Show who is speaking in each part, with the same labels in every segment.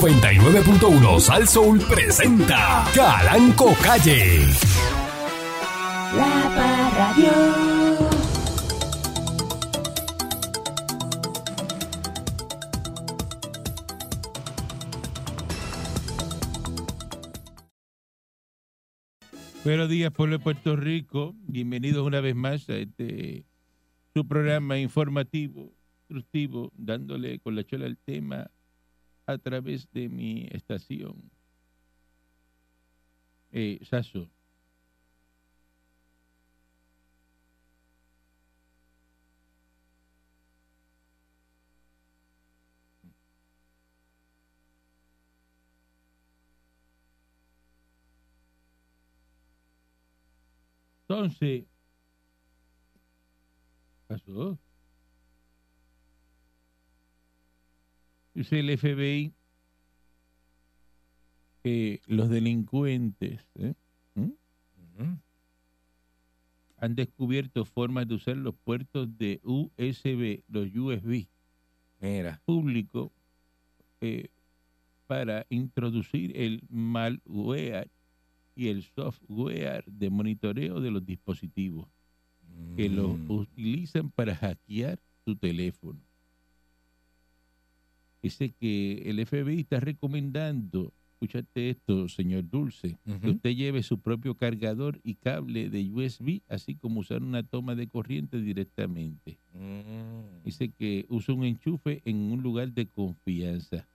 Speaker 1: 99.1 Sal Soul presenta Calanco Calle.
Speaker 2: La Parradio.
Speaker 3: Buenos días, pueblo de Puerto Rico. Bienvenidos una vez más a este su programa informativo, instructivo, dándole con la chola al tema a través de mi estación. Eh, Sasso. Entonces, pasó. Dice el FBI que los delincuentes ¿eh? ¿Mm? han descubierto formas de usar los puertos de USB, los USB
Speaker 4: Mira,
Speaker 3: públicos, eh, para introducir el malware y el software de monitoreo de los dispositivos que los
Speaker 4: Mm.
Speaker 3: utilizan para hackear tu teléfono. Dice que el FBI está recomendando, escúchate esto, señor Dulce, que
Speaker 4: Ujú.
Speaker 3: usted lleve su propio cargador y cable de USB, así como usar una toma de corriente directamente.
Speaker 4: Mm.
Speaker 3: Dice que usa un enchufe en un lugar de confianza.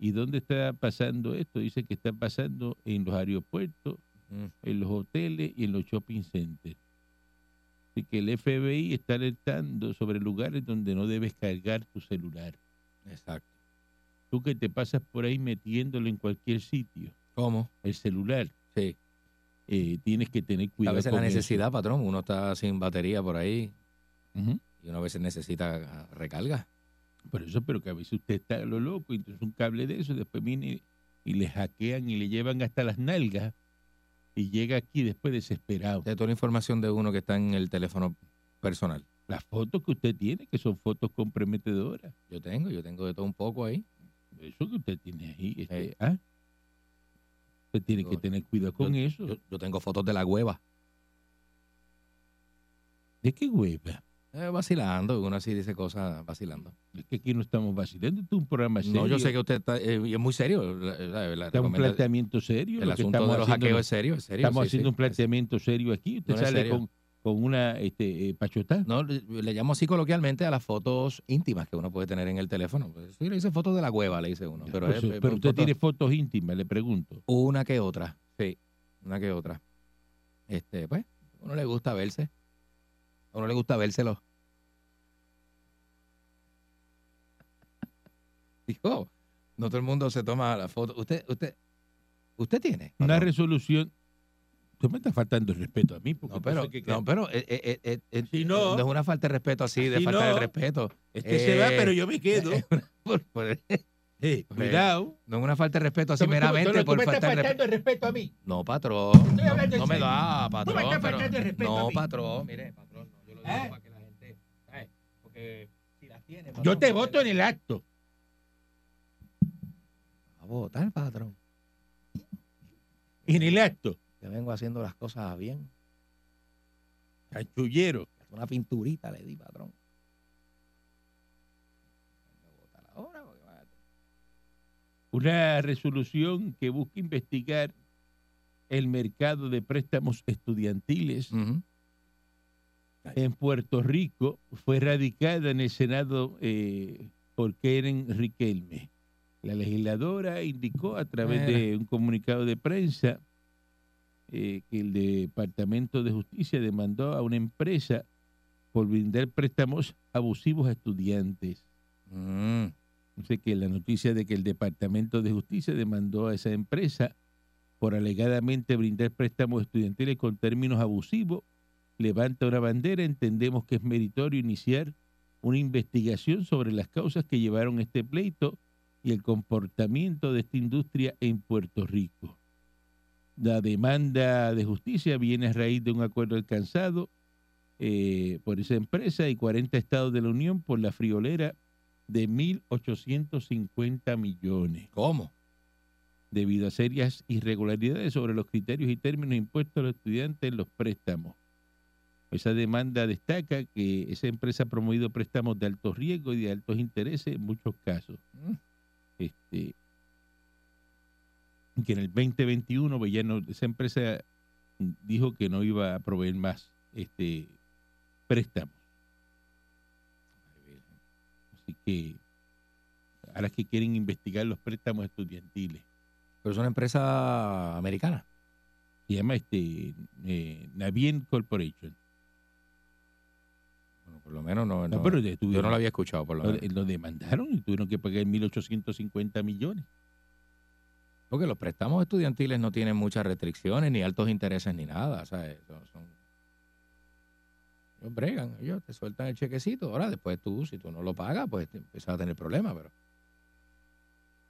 Speaker 3: ¿Y dónde está pasando esto? Dice que está pasando en los aeropuertos,
Speaker 4: Mm.
Speaker 3: en los hoteles y en los shopping centers. Así que el FBI está alertando sobre lugares donde no debes cargar tu celular.
Speaker 4: Exacto.
Speaker 3: Tú que te pasas por ahí metiéndolo en cualquier sitio,
Speaker 4: ¿Cómo?
Speaker 3: el celular,
Speaker 4: Sí.
Speaker 3: eh, tienes que tener
Speaker 4: a
Speaker 3: cuidado.
Speaker 4: veces la
Speaker 3: con eso.
Speaker 4: necesidad, patrón. Uno está sin batería por ahí
Speaker 3: Ujú.
Speaker 4: y uno a veces necesita ah, recarga.
Speaker 3: Por eso, pero que a veces usted está a lo loco, y entonces un cable de eso, después viene y le hackean y le llevan hasta las nalgas y llega aquí después desesperado.
Speaker 4: De toda la información de uno que está en el teléfono personal.
Speaker 3: Las fotos que usted tiene, que son fotos comprometedoras,
Speaker 4: Yo tengo, yo tengo de todo un poco ahí.
Speaker 3: eso que usted tiene ahí, este,
Speaker 4: Ey.
Speaker 3: ¿ah? usted tiene que
Speaker 4: Yo-
Speaker 3: tener cuidado con eso.
Speaker 4: Yo, yo tengo fotos de la hueva.
Speaker 3: ¿De qué hueva?
Speaker 4: Eh, vacilando, uno así dice cosas vacilando.
Speaker 3: Es que aquí no estamos vacilando, esto es un programa serio.
Speaker 4: No, yo sé que usted está, eh, y es muy serio. la- la- la
Speaker 3: Está un
Speaker 4: recomendación-
Speaker 3: planteamiento serio.
Speaker 4: el
Speaker 3: lo que
Speaker 4: asunto
Speaker 3: estamos
Speaker 4: de los
Speaker 3: haciendo
Speaker 4: hackeos es serio, es serio.
Speaker 3: Estamos
Speaker 4: sí,
Speaker 3: haciendo
Speaker 4: sí,
Speaker 3: un planteamiento serio aquí. Usted
Speaker 4: No, es
Speaker 3: sale
Speaker 4: serio.
Speaker 3: con, con una este, eh, pachotá.
Speaker 4: es- No, le, le llamo así coloquialmente a las fotos íntimas que uno puede tener en el teléfono. Pues, Sí, le dice fotos de la hueva, le dice uno. Pero,
Speaker 3: Por
Speaker 4: es-
Speaker 3: su-
Speaker 4: es-
Speaker 3: pues, pero usted
Speaker 4: fotos-
Speaker 3: tiene fotos íntimas, le pregunto.
Speaker 4: Una que otra, sí, una que otra. Este, pues, a uno le gusta verse. A uno le gusta vérselo. Dijo, no todo el mundo se toma la foto. Usted, usted, usted tiene.
Speaker 3: Una
Speaker 4: patrón?
Speaker 3: resolución. Usted me está faltando el respeto a mí. Porque
Speaker 4: No, pero,
Speaker 3: entonces, ¿qué-
Speaker 4: no, pero eh, eh, eh, eh,
Speaker 3: Si no-
Speaker 4: es una falta de respeto así, de
Speaker 3: Si
Speaker 4: falta de
Speaker 3: no,
Speaker 4: respeto.
Speaker 3: este se va,
Speaker 4: Eh,
Speaker 3: pero yo me quedo.
Speaker 4: por- por-
Speaker 3: Eh, cuidado.
Speaker 4: no es una falta de respeto así
Speaker 3: Tú me- tú-
Speaker 4: meramente
Speaker 3: tú no- tú
Speaker 4: por
Speaker 3: me estás
Speaker 4: falta de respeto.
Speaker 3: faltando el respeto a mí.
Speaker 4: No, patrón.
Speaker 3: estoy
Speaker 4: No,
Speaker 3: hablando en
Speaker 4: no me
Speaker 3: serio.
Speaker 4: da,
Speaker 3: Tú
Speaker 4: patrón.
Speaker 3: me estás
Speaker 4: pero-
Speaker 3: faltando el respeto a
Speaker 4: no,
Speaker 3: mí.
Speaker 4: patrón, mire, patrón, no, yo lo digo
Speaker 3: ¿Eh?
Speaker 4: para que la gente, ¿sabes? Porque si las tiene,
Speaker 3: Yo
Speaker 4: patrón,
Speaker 3: te
Speaker 4: porque
Speaker 3: voto en el acto.
Speaker 4: la- A votar, patrón.
Speaker 3: En el acto.
Speaker 4: Yo vengo haciendo las cosas bien. eh,
Speaker 3: Chanchullero.
Speaker 4: Una pinturita le di, patrón. Vengo a votar ahora, porque va-
Speaker 3: Una resolución que busca investigar el mercado de préstamos estudiantiles
Speaker 4: Ujú.
Speaker 3: en Puerto Rico fue radicada en el Senado eh, por Keren Riquelme. La legisladora indicó a través de un comunicado de prensa eh, que el Departamento de Justicia demandó a una empresa por brindar préstamos abusivos a estudiantes.
Speaker 4: Mm.
Speaker 3: Dice que la noticia de que el Departamento de Justicia demandó a esa empresa por alegadamente brindar préstamos estudiantiles con términos abusivos, levanta una bandera, entendemos que es meritorio iniciar una investigación sobre las causas que llevaron este pleito y el comportamiento de esta industria en Puerto Rico. La demanda de justicia viene a raíz de un acuerdo alcanzado eh, por esa empresa y 40 estados de la Unión por la friolera de 1.850 millones
Speaker 4: ¿Cómo?
Speaker 3: debido a serias irregularidades sobre los criterios y términos impuestos a los estudiantes en los préstamos. Esa demanda destaca que esa empresa ha promovido préstamos de alto riesgo y de altos intereses en muchos casos.
Speaker 4: Mm.
Speaker 3: Este, que en el 2021 pues ya no- esa empresa dijo que no iba a proveer más este, préstamos. Así que ahora es que quieren investigar los préstamos estudiantiles.
Speaker 4: Pero es una empresa americana.
Speaker 3: se llama este eh, Navien Corporation.
Speaker 4: Bueno, por lo menos no.
Speaker 3: No,
Speaker 4: no-
Speaker 3: pero ya tuvieron-
Speaker 4: yo no la había escuchado, por lo
Speaker 3: lo,
Speaker 4: menos.
Speaker 3: lo demandaron y tuvieron que pagar 1.850 millones.
Speaker 4: Porque los préstamos estudiantiles no tienen muchas restricciones, ni altos intereses, ni nada. ¿sabes? Son, son- ellos bregan, ellos te sueltan el chequecito. Ahora, después tú, si tú no lo pagas, pues te empiezas a tener problemas, pero,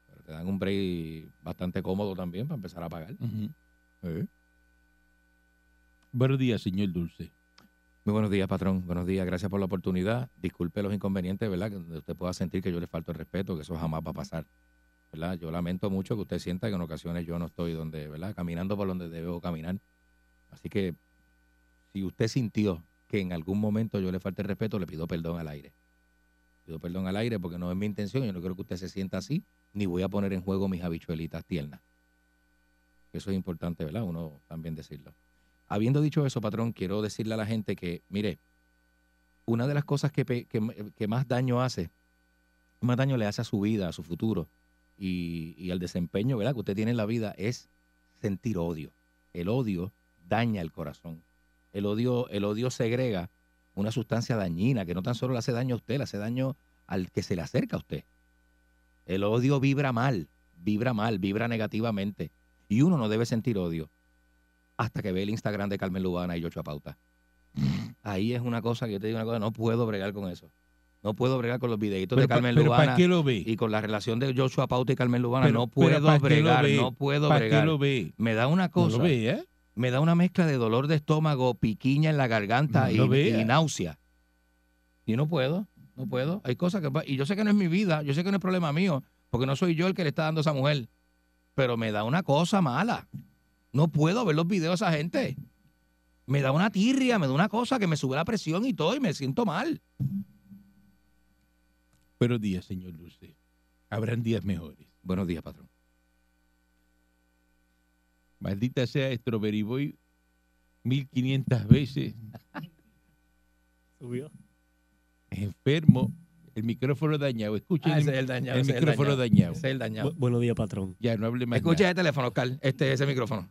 Speaker 4: pero te dan un break bastante cómodo también para empezar a pagar.
Speaker 3: Buenos días, señor Dulce.
Speaker 4: Muy buenos días, patrón. Buenos días, gracias por la oportunidad. Disculpe los inconvenientes, ¿verdad? Que donde usted pueda sentir que yo le falto el respeto, que eso jamás va a pasar, ¿verdad? Yo lamento mucho que usted sienta que en ocasiones yo no estoy donde, ¿verdad? Caminando por donde debo caminar. Así que si usted sintió que en algún momento yo le falté el respeto, le pido perdón al aire. Pido perdón al aire porque no es mi intención, yo no quiero que usted se sienta así, ni voy a poner en juego mis habichuelitas tiernas. Eso es importante, ¿verdad? Uno también decirlo. Habiendo dicho eso, patrón, quiero decirle a la gente que, mire, una de las cosas que, pe- que m- que más daño hace, más daño le hace a su vida, a su futuro y, y al desempeño ¿verdad? que usted tiene en la vida es sentir odio. El odio daña el corazón. El odio, el odio segrega una sustancia dañina que no tan solo le hace daño a usted, le hace daño al que se le acerca a usted. El odio vibra mal, vibra mal, vibra negativamente. Y uno no debe sentir odio hasta que ve el Instagram de Carmen Lubana y Yocho Pauta. Ahí es una cosa que yo te digo una cosa, no puedo bregar con eso. No puedo bregar con los videitos de
Speaker 3: pa-
Speaker 4: Carmen
Speaker 3: ¿para
Speaker 4: Lubana
Speaker 3: qué lo ve?
Speaker 4: y con la relación de Joshua Pauta y Carmen Lubana
Speaker 3: Pero-
Speaker 4: no
Speaker 3: pero
Speaker 4: puedo
Speaker 3: ¿para qué lo
Speaker 4: bregar,
Speaker 3: ve?
Speaker 4: no puedo
Speaker 3: ¿Para qué
Speaker 4: bregar.
Speaker 3: lo ve?
Speaker 4: Me da una
Speaker 3: No
Speaker 4: cosa,
Speaker 3: lo vea.
Speaker 4: me da una mezcla de dolor de estómago, piquiña en la garganta
Speaker 3: No
Speaker 4: y,
Speaker 3: lo vea.
Speaker 4: y náusea. Y no puedo, no puedo. Hay cosas que pa- y yo sé que no es mi vida, yo sé que no es problema mío, porque no soy yo el que le está dando a esa mujer, pero me da una cosa mala. No puedo ver los videos de esa gente. Me da una tirria, me da una cosa que me sube la presión y todo y me siento mal.
Speaker 3: Buenos días, señor Dulce. Habrán días mejores.
Speaker 4: Buenos días, patrón.
Speaker 3: Maldita sea Strawberry Boy 1500 veces.
Speaker 5: Subió.
Speaker 3: Enfermo. El micrófono dañado. Escuchen.
Speaker 4: Ah,
Speaker 3: el-
Speaker 4: ese es el dañado,
Speaker 3: el
Speaker 4: ese es
Speaker 3: micrófono dañado.
Speaker 4: Ese es el dañado.
Speaker 5: Bu- buenos días, patrón.
Speaker 3: ya no hable más.
Speaker 4: Escucha ese teléfono, Oscar, este, ese micrófono.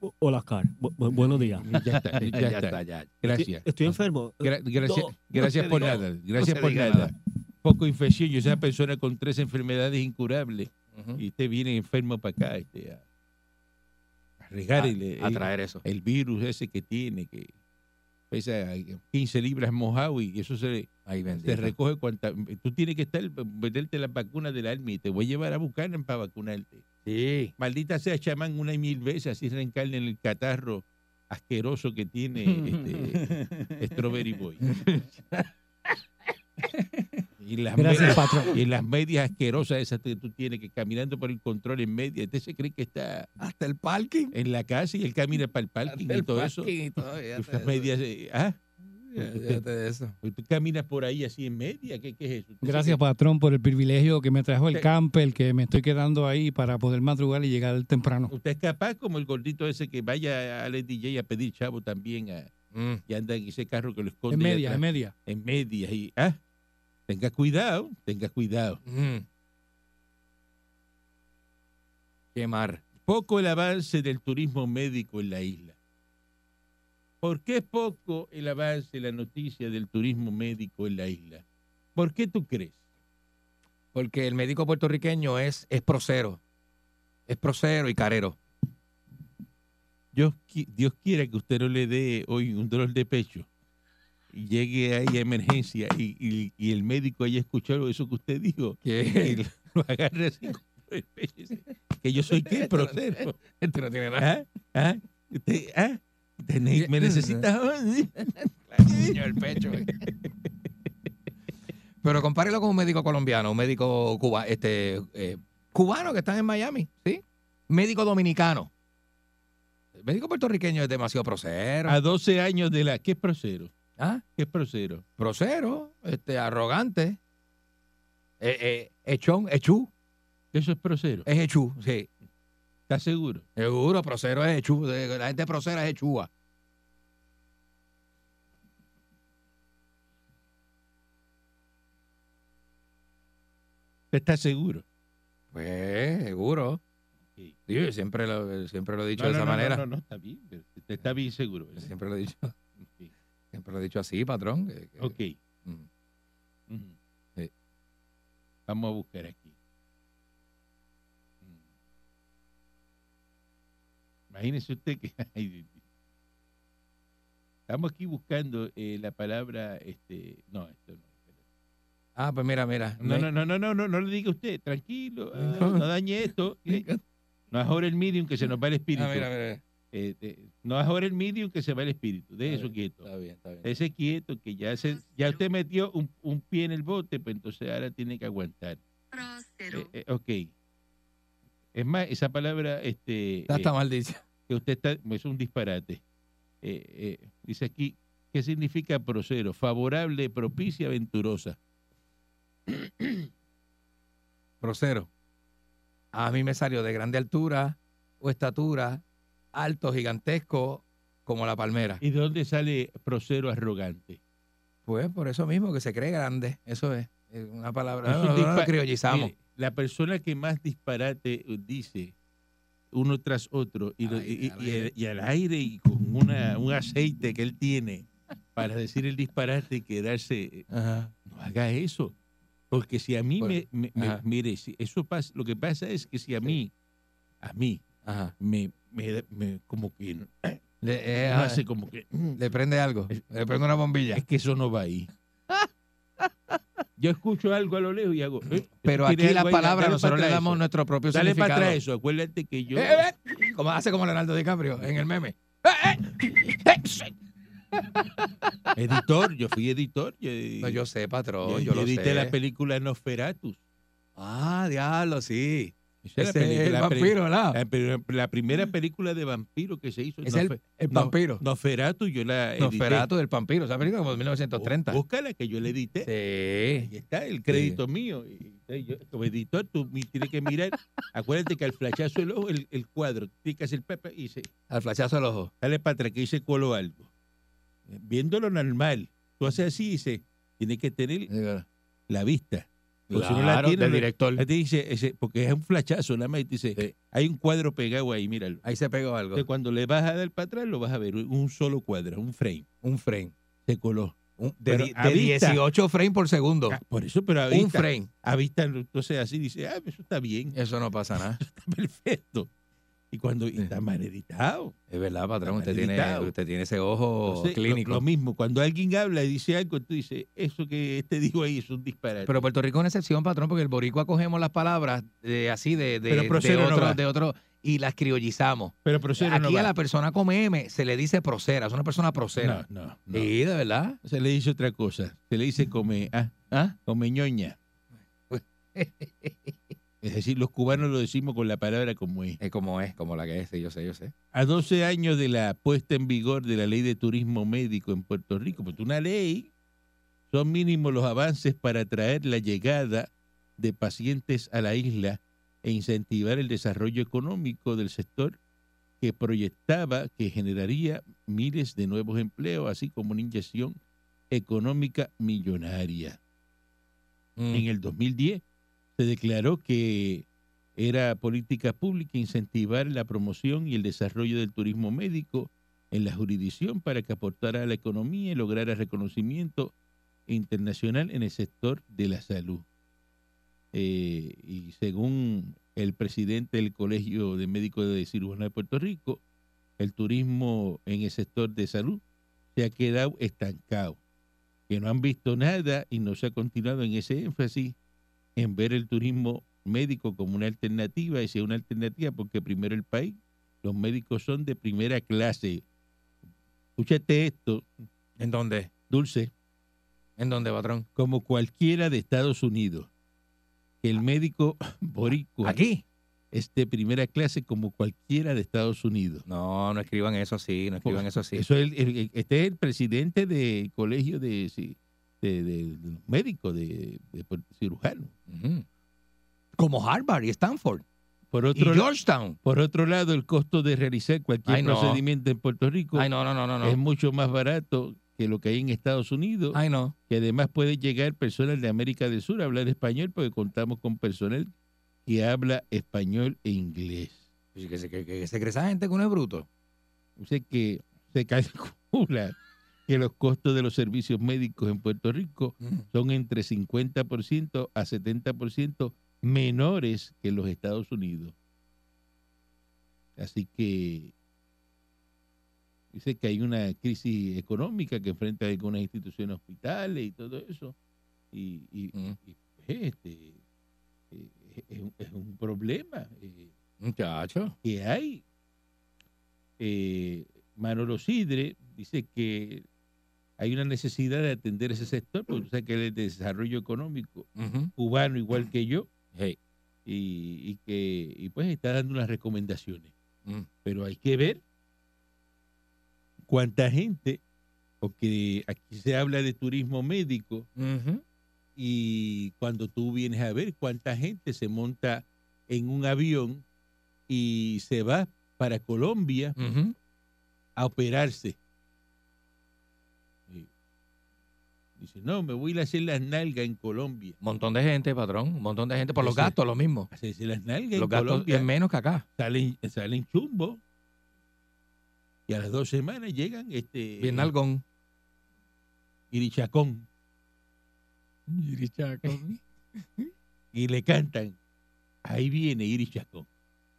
Speaker 5: Bu- Hola, Oscar. Bu- bu- buenos días.
Speaker 3: nada. Ya está, ya, está.
Speaker 4: ya.
Speaker 3: Gracias.
Speaker 5: Estoy enfermo.
Speaker 3: Gra- gracias
Speaker 5: No, no
Speaker 3: gracias
Speaker 4: se
Speaker 3: por
Speaker 4: diga.
Speaker 3: nada. Gracias
Speaker 4: se
Speaker 3: por
Speaker 4: diga
Speaker 3: nada.
Speaker 4: nada.
Speaker 3: Poco infección. Yo soy una persona con tres enfermedades incurables.
Speaker 4: Ujú.
Speaker 3: Y usted viene enfermo para acá este, a, a regar el, el-
Speaker 4: A traer eso.
Speaker 3: el virus ese que tiene, que pesa 15 libras mojado y eso se, le-
Speaker 4: Ahí
Speaker 3: se
Speaker 4: bendito.
Speaker 3: recoge cuanta... Tú tienes que estar, meterte las vacunas del Army. y Te voy a llevar a Buchanan para vacunarte.
Speaker 4: Sí.
Speaker 3: Maldita sea, chamán, una y mil veces así reencarnen el catarro asqueroso que tiene este Strawberry Boy. Y las,
Speaker 5: Gracias,
Speaker 3: medias,
Speaker 5: patrón.
Speaker 3: y las medias asquerosas esas que tú tienes que caminando por el control en media, usted se cree que está
Speaker 5: Ah.
Speaker 4: Hasta el parking.
Speaker 3: en la casa y él camina para el parking y todo eso.
Speaker 4: parking y todo, ya te-
Speaker 3: Esas medias, eh, ah,
Speaker 4: ya- ya te- eso.
Speaker 3: pues tú caminas por ahí así en media, ¿qué, qué es eso? Usted se
Speaker 6: Gracias,
Speaker 3: cree-
Speaker 6: patrón, por el privilegio que me trajo
Speaker 3: Te-
Speaker 6: el camper, que me estoy quedando ahí para poder madrugar y llegar temprano.
Speaker 3: Usted es capaz como el gordito ese que vaya a la DJ a pedir chavo también a-
Speaker 4: Mm.
Speaker 3: y anda en ese carro que lo esconde.
Speaker 6: En
Speaker 3: ahí
Speaker 6: media,
Speaker 3: atrás.
Speaker 6: en media.
Speaker 3: en medias y ah, tenga cuidado, tenga cuidado.
Speaker 4: Mm. Quemar.
Speaker 3: Poco el avance del turismo médico en la isla. ¿Por qué es poco el avance, la noticia del turismo médico en la isla? ¿Por qué tú crees?
Speaker 4: Porque el médico puertorriqueño es, es procero. Es procero y carero.
Speaker 3: Dios, qui- Dios quiera que usted no le dé hoy un dolor de pecho y llegue ahí a emergencia y, y- y el médico haya escuchado eso que usted dijo y
Speaker 4: Que
Speaker 3: lo, lo agarre así como el pecho y dice, que yo soy qué, procero.
Speaker 4: este no tiene nada.
Speaker 3: ¿Ah? ¿Ah? Usted- ¿Ah? Te ne- ¿Me necesitas?
Speaker 4: Niño, el pecho. eh. Pero compárelo con un médico colombiano, un médico cuba, este, eh, cubano que están en Miami, ¿sí? Médico dominicano. El médico puertorriqueño es demasiado procero.
Speaker 3: A 12 años de la... ¿Qué es procero?
Speaker 4: ¿ah?
Speaker 3: ¿Qué es procero?
Speaker 4: Procero, este, arrogante. Eh, eh, echón, echú.
Speaker 3: Eso es procero.
Speaker 4: Es echú, sí.
Speaker 3: ¿Estás seguro?
Speaker 4: Seguro, procero es echú. eh, La gente procera es echúa.
Speaker 3: ¿Estás seguro?
Speaker 4: Pues, seguro.
Speaker 3: Sí.
Speaker 4: Yo siempre lo, siempre lo he dicho
Speaker 3: No,
Speaker 4: de
Speaker 3: no,
Speaker 4: esa
Speaker 3: no,
Speaker 4: manera.
Speaker 3: No, no, no, está bien. pero te- Está bien seguro. ¿eh?
Speaker 4: Siempre lo he dicho.
Speaker 3: Sí.
Speaker 4: Siempre lo he dicho así, patrón. que- que-
Speaker 3: Ok.
Speaker 4: mm.
Speaker 3: Ujú.
Speaker 4: Sí.
Speaker 3: Vamos a buscar aquí. Mm. Imagínese usted que ay, Dios mío. estamos aquí buscando eh, la palabra este no esto no. espérate.
Speaker 4: Ah, pues mira, mira.
Speaker 3: No, no, no, no, no, no, no le diga usted, tranquilo, ah,
Speaker 4: No.
Speaker 3: no dañe esto, eh. no ahora el medium que se nos va el espíritu.
Speaker 4: Ah, mira, mira.
Speaker 3: Eh, de- no ahora el medium que se va el espíritu, de
Speaker 4: Está
Speaker 3: eso quieto.
Speaker 4: Está bien, está bien.
Speaker 3: Ese quieto que ya se, ya usted metió un, un pie en el bote, pues entonces ahora tiene que aguantar. Eh, eh, ok. Es más, esa palabra este,
Speaker 4: Está,
Speaker 3: eh,
Speaker 4: está mal dicho.
Speaker 3: que usted está, es un disparate. Eh, eh, dice aquí, ¿qué significa procero? Favorable, propicia, venturosa.
Speaker 4: Procero. A mí me salió de grande altura o estatura, alto, gigantesco, como la palmera.
Speaker 3: ¿Y de dónde sale procero arrogante?
Speaker 4: Pues por eso mismo, que se cree grande. Eso es. Es Una palabra.
Speaker 3: Eso
Speaker 4: No, no, no,
Speaker 3: dispa-
Speaker 4: lo criollizamos.
Speaker 3: Mire, la persona que más disparate eh, dice uno tras otro y,
Speaker 4: Al
Speaker 3: lo-
Speaker 4: aire,
Speaker 3: y-
Speaker 4: al
Speaker 3: y- y
Speaker 4: aire.
Speaker 3: y al aire y con una, un aceite que él tiene para decir el disparate y quedarse, eh,
Speaker 4: Ajá.
Speaker 3: no haga eso. Porque si a mí
Speaker 4: Por-
Speaker 3: me, me- me-
Speaker 4: ajá.
Speaker 3: mire, si eso pasa, lo que pasa es que si a mí, a mí,
Speaker 4: Ajá.
Speaker 3: me, me, me- como que no
Speaker 4: Le, eh,
Speaker 3: hace como que
Speaker 4: le prende algo.
Speaker 3: Es-
Speaker 4: Le prende una bombilla.
Speaker 3: es que eso no va ahí. Yo escucho algo a lo lejos y hago. eh, eso
Speaker 4: Pero
Speaker 3: tiene
Speaker 4: aquí las
Speaker 3: algo ahí, da-
Speaker 4: palabras
Speaker 3: dale
Speaker 4: nosotros
Speaker 3: para
Speaker 4: le
Speaker 3: atrás
Speaker 4: damos
Speaker 3: eso.
Speaker 4: nuestro propio
Speaker 3: Dale para
Speaker 4: significado.
Speaker 3: atrás eso, acuérdate que yo...
Speaker 4: Eh, eh, Como hace como Leonardo DiCaprio en el meme. Eh, eh, eh, eh.
Speaker 3: Editor, yo fui editor. Yo,
Speaker 4: No, yo sé, patrón,
Speaker 3: yo-
Speaker 4: yo,
Speaker 3: yo
Speaker 4: lo
Speaker 3: edité
Speaker 4: sé.
Speaker 3: la película Nosferatus.
Speaker 4: ah, diablo, sí.
Speaker 3: Esa es la
Speaker 4: Ese es el
Speaker 3: película- la peli-
Speaker 4: vampiro, ¿verdad?
Speaker 3: La, pri- la primera película de vampiro que se hizo.
Speaker 4: Eh, Es el,
Speaker 3: Nosfe-
Speaker 4: el
Speaker 3: no-
Speaker 4: vampiro.
Speaker 3: Nosferatu, yo la edité.
Speaker 4: Nosferatu del vampiro. Esa película como de
Speaker 3: Bú-
Speaker 4: 1930.
Speaker 3: Búscala, que yo la edité. Ahí
Speaker 4: Sí.
Speaker 3: está el crédito mío. Y- y yo, como editor, tú mi- tienes que mirar. Acuérdate que al flachazo del ojo, el, el cuadro, picas el pepe y se,
Speaker 4: Al flachazo del ojo.
Speaker 3: Dale para atrás que dice colo algo. Eh, Viéndolo normal, tú haces así y dices, tienes que tener la vista. Porque si no la
Speaker 4: Claro,
Speaker 3: tiene,
Speaker 4: del
Speaker 3: no-
Speaker 4: director.
Speaker 3: Ahí te dice, ese- porque es un flachazo, nada más y te dice,
Speaker 4: Sí.
Speaker 3: hay un cuadro pegado ahí, míralo.
Speaker 4: Ahí se pegó algo.
Speaker 3: Entonces, cuando le vas a dar para atrás, lo vas a ver, un solo cuadro, un frame,
Speaker 4: Un frame.
Speaker 3: se coló.
Speaker 4: Un- de
Speaker 3: Pero
Speaker 4: di-
Speaker 3: a
Speaker 4: de
Speaker 3: vista.
Speaker 4: 18 frames por segundo.
Speaker 3: Ah, Por eso, pero a
Speaker 4: Un
Speaker 3: vista,
Speaker 4: frame.
Speaker 3: a vista, entonces así dice, ah, eso está bien,
Speaker 4: Eso no pasa nada.
Speaker 3: está perfecto. Y cuando y
Speaker 4: Sí.
Speaker 3: está mal editado.
Speaker 4: Es verdad, patrón. Usted tiene,
Speaker 3: Editado.
Speaker 4: usted tiene ese ojo
Speaker 3: Entonces, lo-
Speaker 4: Oh, clínico.
Speaker 3: Lo, mismo, cuando alguien habla y dice algo, tú dices, eso que este dijo ahí es un disparate.
Speaker 4: Pero Puerto Rico es una excepción, patrón, porque el boricua cogemos las palabras de, así de, de,
Speaker 3: Pero
Speaker 4: de
Speaker 3: procero no
Speaker 4: otro,
Speaker 3: va.
Speaker 4: de otro y las criollizamos.
Speaker 3: Pero procero
Speaker 4: Aquí
Speaker 3: no va.
Speaker 4: a la persona con M se le dice procera, es una persona procera.
Speaker 3: No, no, no.
Speaker 4: Sí, de verdad.
Speaker 3: Se le dice otra cosa. Se le dice come, ah,
Speaker 4: ¿Ah?
Speaker 3: come ñoña. Es decir, los cubanos lo decimos con la palabra como es.
Speaker 4: Es como es, como la que es, sí, yo sé, yo sé.
Speaker 3: A 12 años de la puesta en vigor de la ley de turismo médico en Puerto Rico, pues una ley, son mínimos los avances para atraer la llegada de pacientes a la isla e incentivar el desarrollo económico del sector que proyectaba que generaría miles de nuevos empleos, así como una inyección económica millonaria en el 2010 se declaró que era política pública incentivar la promoción y el desarrollo del turismo médico en la jurisdicción para que aportara a la economía y lograra reconocimiento internacional en el sector de la salud. Eh, y según el presidente del Colegio de Médicos de Cirujanos de Puerto Rico, el turismo en el sector de salud se ha quedado estancado que no han visto nada y no se ha continuado en ese énfasis en ver el turismo médico como una alternativa, y si es una alternativa porque primero el país, los médicos son de primera clase. Escúchate esto,
Speaker 4: Mm. ¿En dónde?
Speaker 3: Dulce.
Speaker 4: ¿En dónde, patrón?
Speaker 3: como cualquiera de Estados Unidos. Que el médico boricua
Speaker 4: ¿Aquí?
Speaker 3: es de primera clase como cualquiera de Estados Unidos.
Speaker 4: No, no escriban eso así, no escriban eso así.
Speaker 3: Eso es el- el- el- este es el presidente del colegio de, ci- de, de- de los médicos, de, de por- cirujanos.
Speaker 4: Ujú. Como Harvard y Stanford
Speaker 3: Por
Speaker 4: y
Speaker 3: otro, la-
Speaker 4: Georgetown.
Speaker 3: por otro lado, el costo de realizar cualquier
Speaker 4: Ay, no.
Speaker 3: procedimiento en Puerto Rico
Speaker 4: Ay, no, no, no, no.
Speaker 3: es
Speaker 4: no.
Speaker 3: mucho más barato que lo que hay en Estados Unidos,
Speaker 4: Ay, no.
Speaker 3: que además puede llegar personas de América del Sur a hablar español porque contamos con personal que habla español e inglés.
Speaker 4: Pues Que se, que, que se cree esa gente que uno es bruto.
Speaker 3: O sea que se calcula que los costos de los servicios médicos en Puerto Rico son entre 50% a 70% menores que en los Estados Unidos. Así que dice que hay una crisis económica que enfrenta algunas instituciones hospitales y todo eso. Y, y-
Speaker 4: Mm.
Speaker 3: y, pues, este, eh, es, un- es un problema. eh,
Speaker 4: Muchacho.
Speaker 3: que hay. Eh, Manolo Sidre dice que hay una necesidad de atender ese sector, porque tú sabes que él es de desarrollo económico
Speaker 4: Ujú.
Speaker 3: cubano igual que yo,
Speaker 4: Hey.
Speaker 3: y, y que y pues está dando unas recomendaciones.
Speaker 4: Mm.
Speaker 3: Pero hay que ver cuánta gente, porque aquí se habla de turismo médico,
Speaker 4: Ujú.
Speaker 3: y cuando tú vienes a ver cuánta gente se monta en un avión y se va para Colombia
Speaker 4: Ujú.
Speaker 3: a operarse. Y dice, no, me voy a ir a hacer las nalgas en Colombia.
Speaker 4: Montón de gente, patrón. Un montón de gente. Por los
Speaker 3: Sí, sí.
Speaker 4: gastos, lo mismo.
Speaker 3: Hacerse las nalgas
Speaker 4: Los
Speaker 3: en
Speaker 4: gastos
Speaker 3: Colombia.
Speaker 4: es menos que acá.
Speaker 3: Salen, salen chumbo. Y a las dos semanas llegan este
Speaker 4: Bien algón.
Speaker 3: Irichacón y le cantan. Ahí viene Irichacón.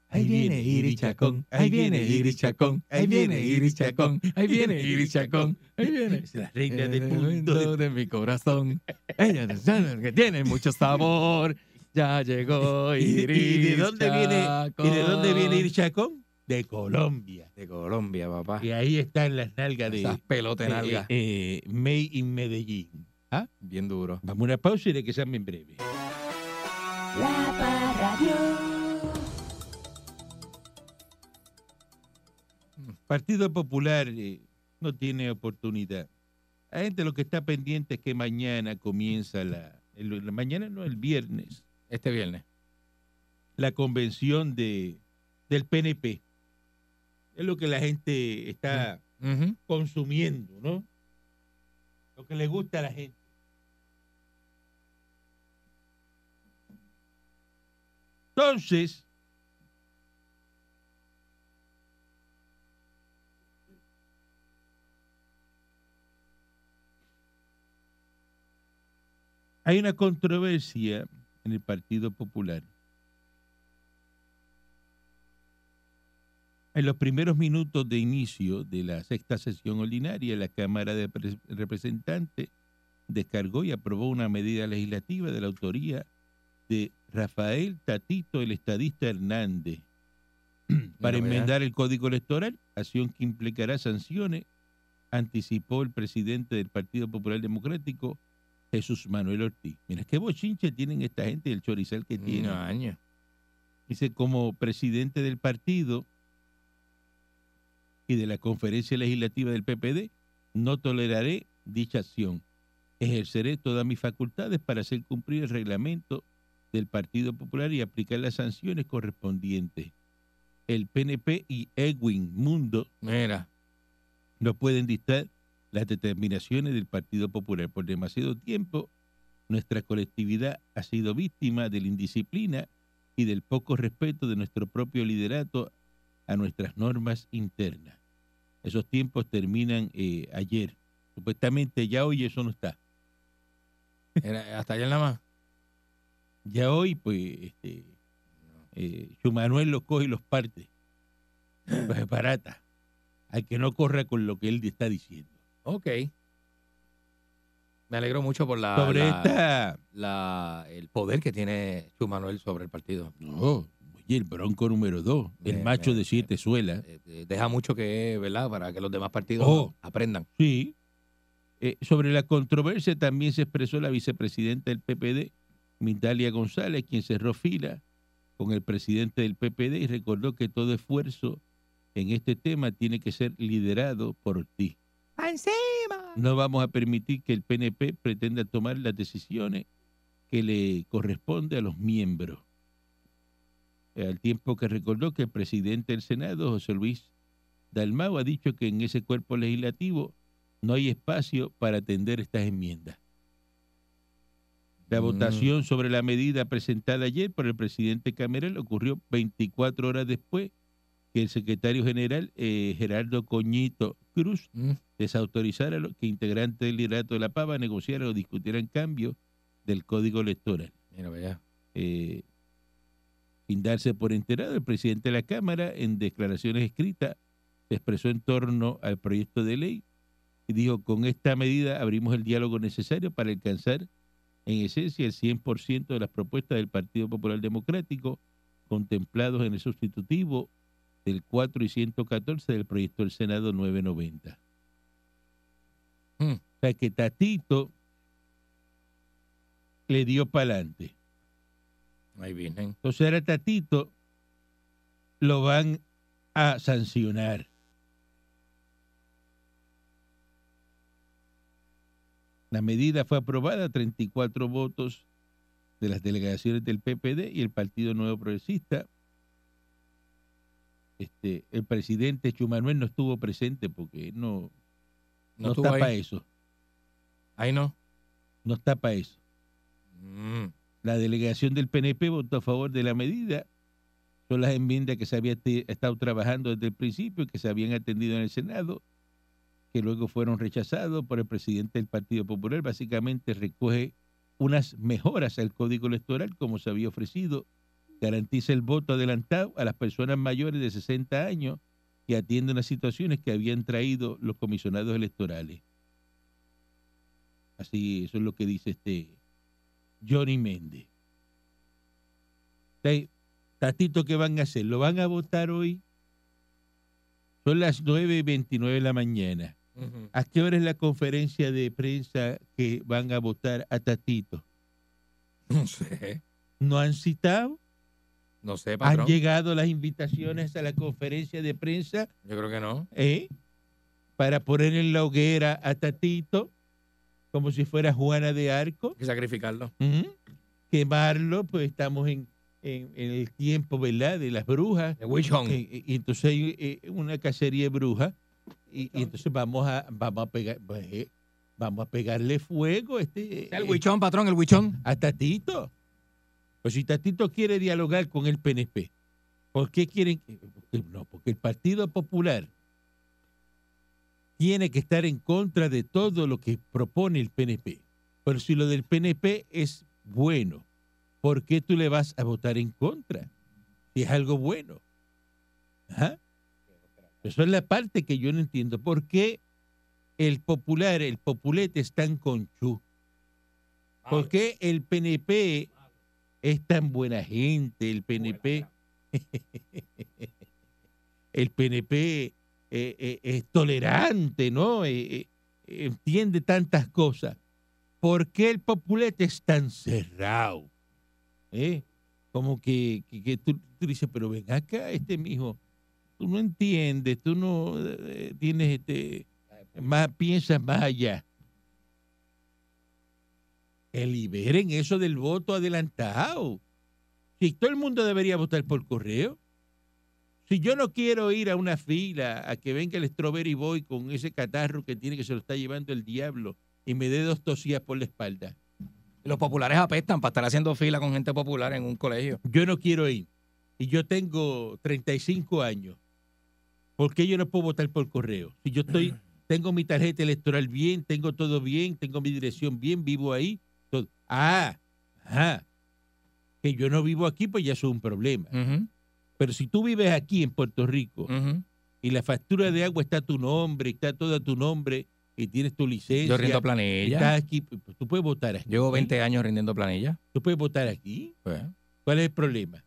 Speaker 4: Ahí viene Irichacón, ahí viene Irichacón, ahí viene Irichacón, ahí viene Irichacón, ahí viene.
Speaker 3: Es la reina del mundo.
Speaker 4: mundo de mi corazón. Ella es la que tiene mucho sabor. Ya llegó
Speaker 3: ¿Y, de- y de dónde viene, ¿Y de dónde viene Irichacón?
Speaker 4: Irichacón.
Speaker 3: De Colombia.
Speaker 4: De Colombia, papá.
Speaker 3: Y ahí están las nalgas de
Speaker 4: Esas pelotas en
Speaker 3: eh,
Speaker 4: alga.
Speaker 3: eh, May in Medellín. ¿Ah?
Speaker 4: Bien duro.
Speaker 3: Vamos a una pausa y regresamos en breve.
Speaker 2: La Parradio.
Speaker 3: Partido Popular eh, no tiene oportunidad. La gente lo que está pendiente es que mañana comienza la, el- la mañana no, el viernes,
Speaker 4: Este viernes.
Speaker 3: la convención de del PNP. Es lo que la gente está
Speaker 4: Ujú.
Speaker 3: consumiendo, ¿no? Lo que le gusta a la gente. Entonces, hay una controversia en el Partido Popular. En los primeros minutos de inicio de la sexta sesión ordinaria, la Cámara de Pre- Representantes descargó y aprobó una medida legislativa de la autoría de Rafael Tatito, el estadista Hernández, para
Speaker 4: Mira, mira.
Speaker 3: enmendar el Código Electoral, acción que implicará sanciones, anticipó el presidente del Partido Popular Democrático, Jesús Manuel Ortiz. Mira, qué bochinche tienen esta gente y el chorizal que tienen.
Speaker 4: Un año.
Speaker 3: Dice, como presidente del partido y de la conferencia legislativa del PPD, no toleraré dicha acción. Ejerceré todas mis facultades para hacer cumplir el reglamento del Partido Popular y aplicar las sanciones correspondientes. El PNP y Edwin Mundo
Speaker 4: Mira.
Speaker 3: no pueden dictar las determinaciones del Partido Popular. Por demasiado tiempo, nuestra colectividad ha sido víctima de la indisciplina y del poco respeto de nuestro propio liderato a nuestras normas internas. Esos tiempos terminan eh, ayer. Supuestamente ya hoy eso no está.
Speaker 4: Era- hasta ayer nada más.
Speaker 3: Ya hoy, pues, este, eh, Chumanuel los coge y los parte. Los barata. Al que no corra con lo que él está diciendo.
Speaker 4: Ok. Me alegro mucho por la,
Speaker 3: Sobre
Speaker 4: la-
Speaker 3: esta...
Speaker 4: la- el poder que tiene Chu Manuel sobre el partido.
Speaker 3: No, oye, el bronco número dos, el
Speaker 4: Me-
Speaker 3: macho
Speaker 4: me-
Speaker 3: de siete suelas.
Speaker 4: Eh, eh, Deja mucho que, ¿verdad? Para que los demás partidos
Speaker 3: Oh.
Speaker 4: aprendan.
Speaker 3: Sí, Eh, sobre la controversia también se expresó la vicepresidenta del PPD, Mitalia González, quien cerró fila con el presidente del PPD y recordó que todo esfuerzo en este tema tiene que ser liderado por ti. No vamos a permitir que el PNP pretenda tomar las decisiones que le corresponde a los miembros. Eh, Al tiempo que recordó que el presidente del Senado, José Luis Dalmau, ha dicho que en ese cuerpo legislativo no hay espacio para atender estas enmiendas. La
Speaker 4: Mm.
Speaker 3: votación sobre la medida presentada ayer por el presidente Cameral ocurrió 24 horas después que el secretario general eh, Gerardo Coñito Cruz
Speaker 4: Mm.
Speaker 3: desautorizar a los que integrantes del liderato de la PAVA negociaran o discutieran cambios del código electoral.
Speaker 4: Mira, para allá.
Speaker 3: Eh, sin darse por enterado, el presidente de la Cámara, en declaraciones escritas, se expresó en torno al proyecto de ley y dijo, con esta medida abrimos el diálogo necesario para alcanzar en esencia el 100% de las propuestas del Partido Popular Democrático contemplados en el sustitutivo del 4 y 114 del proyecto del Senado 990.
Speaker 4: Hmm.
Speaker 3: O sea que Tatito le dio para adelante.
Speaker 4: Ahí vienen.
Speaker 3: Entonces ahora Tatito lo van a sancionar. La medida fue aprobada 34 votos de las delegaciones del PPD y el Partido Nuevo Progresista. Este, el presidente Chumanuel no estuvo presente porque no, no,
Speaker 4: No, estuvo
Speaker 3: está para
Speaker 4: ahí.
Speaker 3: eso.
Speaker 4: Ahí no.
Speaker 3: No está para eso.
Speaker 4: Mm.
Speaker 3: La delegación del PNP votó a favor de la medida. Son las enmiendas que se había te- estado trabajando desde el principio y que se habían atendido en el Senado, que luego fueron rechazados por el presidente del Partido Popular. Básicamente recoge unas mejoras al código electoral como se había ofrecido. Garantiza el voto adelantado a las personas mayores de 60 años que atienden las situaciones que habían traído los comisionados electorales. Así, eso es lo que dice este, Johnny Méndez. Te- Tatito, ¿qué van a hacer? ¿Lo van a votar hoy? Son las 9 y 29 de la mañana.
Speaker 4: Ujú.
Speaker 3: ¿A qué hora es la conferencia de prensa que van a votar a Tatito?
Speaker 4: No sé.
Speaker 3: ¿No han citado?
Speaker 4: No sé,
Speaker 3: ¿Han
Speaker 4: patrón.
Speaker 3: llegado las invitaciones a la conferencia de prensa
Speaker 4: Yo creo que no.
Speaker 3: eh, para poner en la hoguera a Tatito como si fuera Juana de Arco?
Speaker 4: Hay que sacrificarlo.
Speaker 3: Ujú. quemarlo, pues estamos en, en- en el tiempo, ¿verdad? De las brujas.
Speaker 4: De Witch Hunt.
Speaker 3: Eh, eh, y entonces hay eh, una cacería de brujas. Y, y entonces vamos a, vamos a pegar, pues, eh, vamos a pegarle fuego a este
Speaker 4: El
Speaker 3: eh,
Speaker 4: huichón, patrón, el huichón.
Speaker 3: a Tatito. Pues si Tatito quiere dialogar con el PNP, ¿por qué quieren? que- porque- No, porque el Partido Popular tiene que estar en contra de todo lo que propone el PNP. Pero si lo del PNP es bueno, ¿por qué tú le vas a votar en contra? Si es algo bueno. Ajá. Eso es la parte que yo no entiendo. ¿Por qué el popular, el populete es tan conchú?
Speaker 4: Ah.
Speaker 3: ¿Por qué el PNP es tan buena gente? El PNP, el PNP eh, eh, es tolerante, ¿no? Eh, eh, entiende tantas cosas. ¿Por qué el populete es tan cerrado? ¿Eh? Como que, que- que tú, tú dices, pero ven acá, este mijo, tú no entiendes, tú no eh, tienes, este, más, piensas más allá que liberen eso del voto adelantado. Si todo el mundo debería votar por correo. Si yo no quiero ir a una fila a que venga el Strawberry Boy con ese catarro que tiene que se lo está llevando el diablo y me dé dos tosías por la espalda.
Speaker 4: Los populares apestan para estar haciendo fila con gente popular en un colegio.
Speaker 3: Yo no quiero ir. Y yo tengo 35 años. ¿Por qué yo no puedo votar por correo? Si yo estoy, tengo mi tarjeta electoral bien, tengo todo bien, tengo mi dirección bien, vivo ahí. todo. Ah, ajá. Que yo no vivo aquí, pues ya eso es un problema.
Speaker 4: Ujú,
Speaker 3: Pero si tú vives aquí en Puerto Rico
Speaker 4: ujú.
Speaker 3: y la factura de agua está a tu nombre, está toda a tu nombre y tienes tu licencia,
Speaker 4: Yo
Speaker 3: y
Speaker 4: rindo
Speaker 3: estás
Speaker 4: planilla.
Speaker 3: aquí, pues tú puedes votar aquí.
Speaker 4: Llevo 20 años rindiendo planilla.
Speaker 3: Tú puedes votar aquí.
Speaker 4: Pues,
Speaker 3: ¿Cuál es el problema?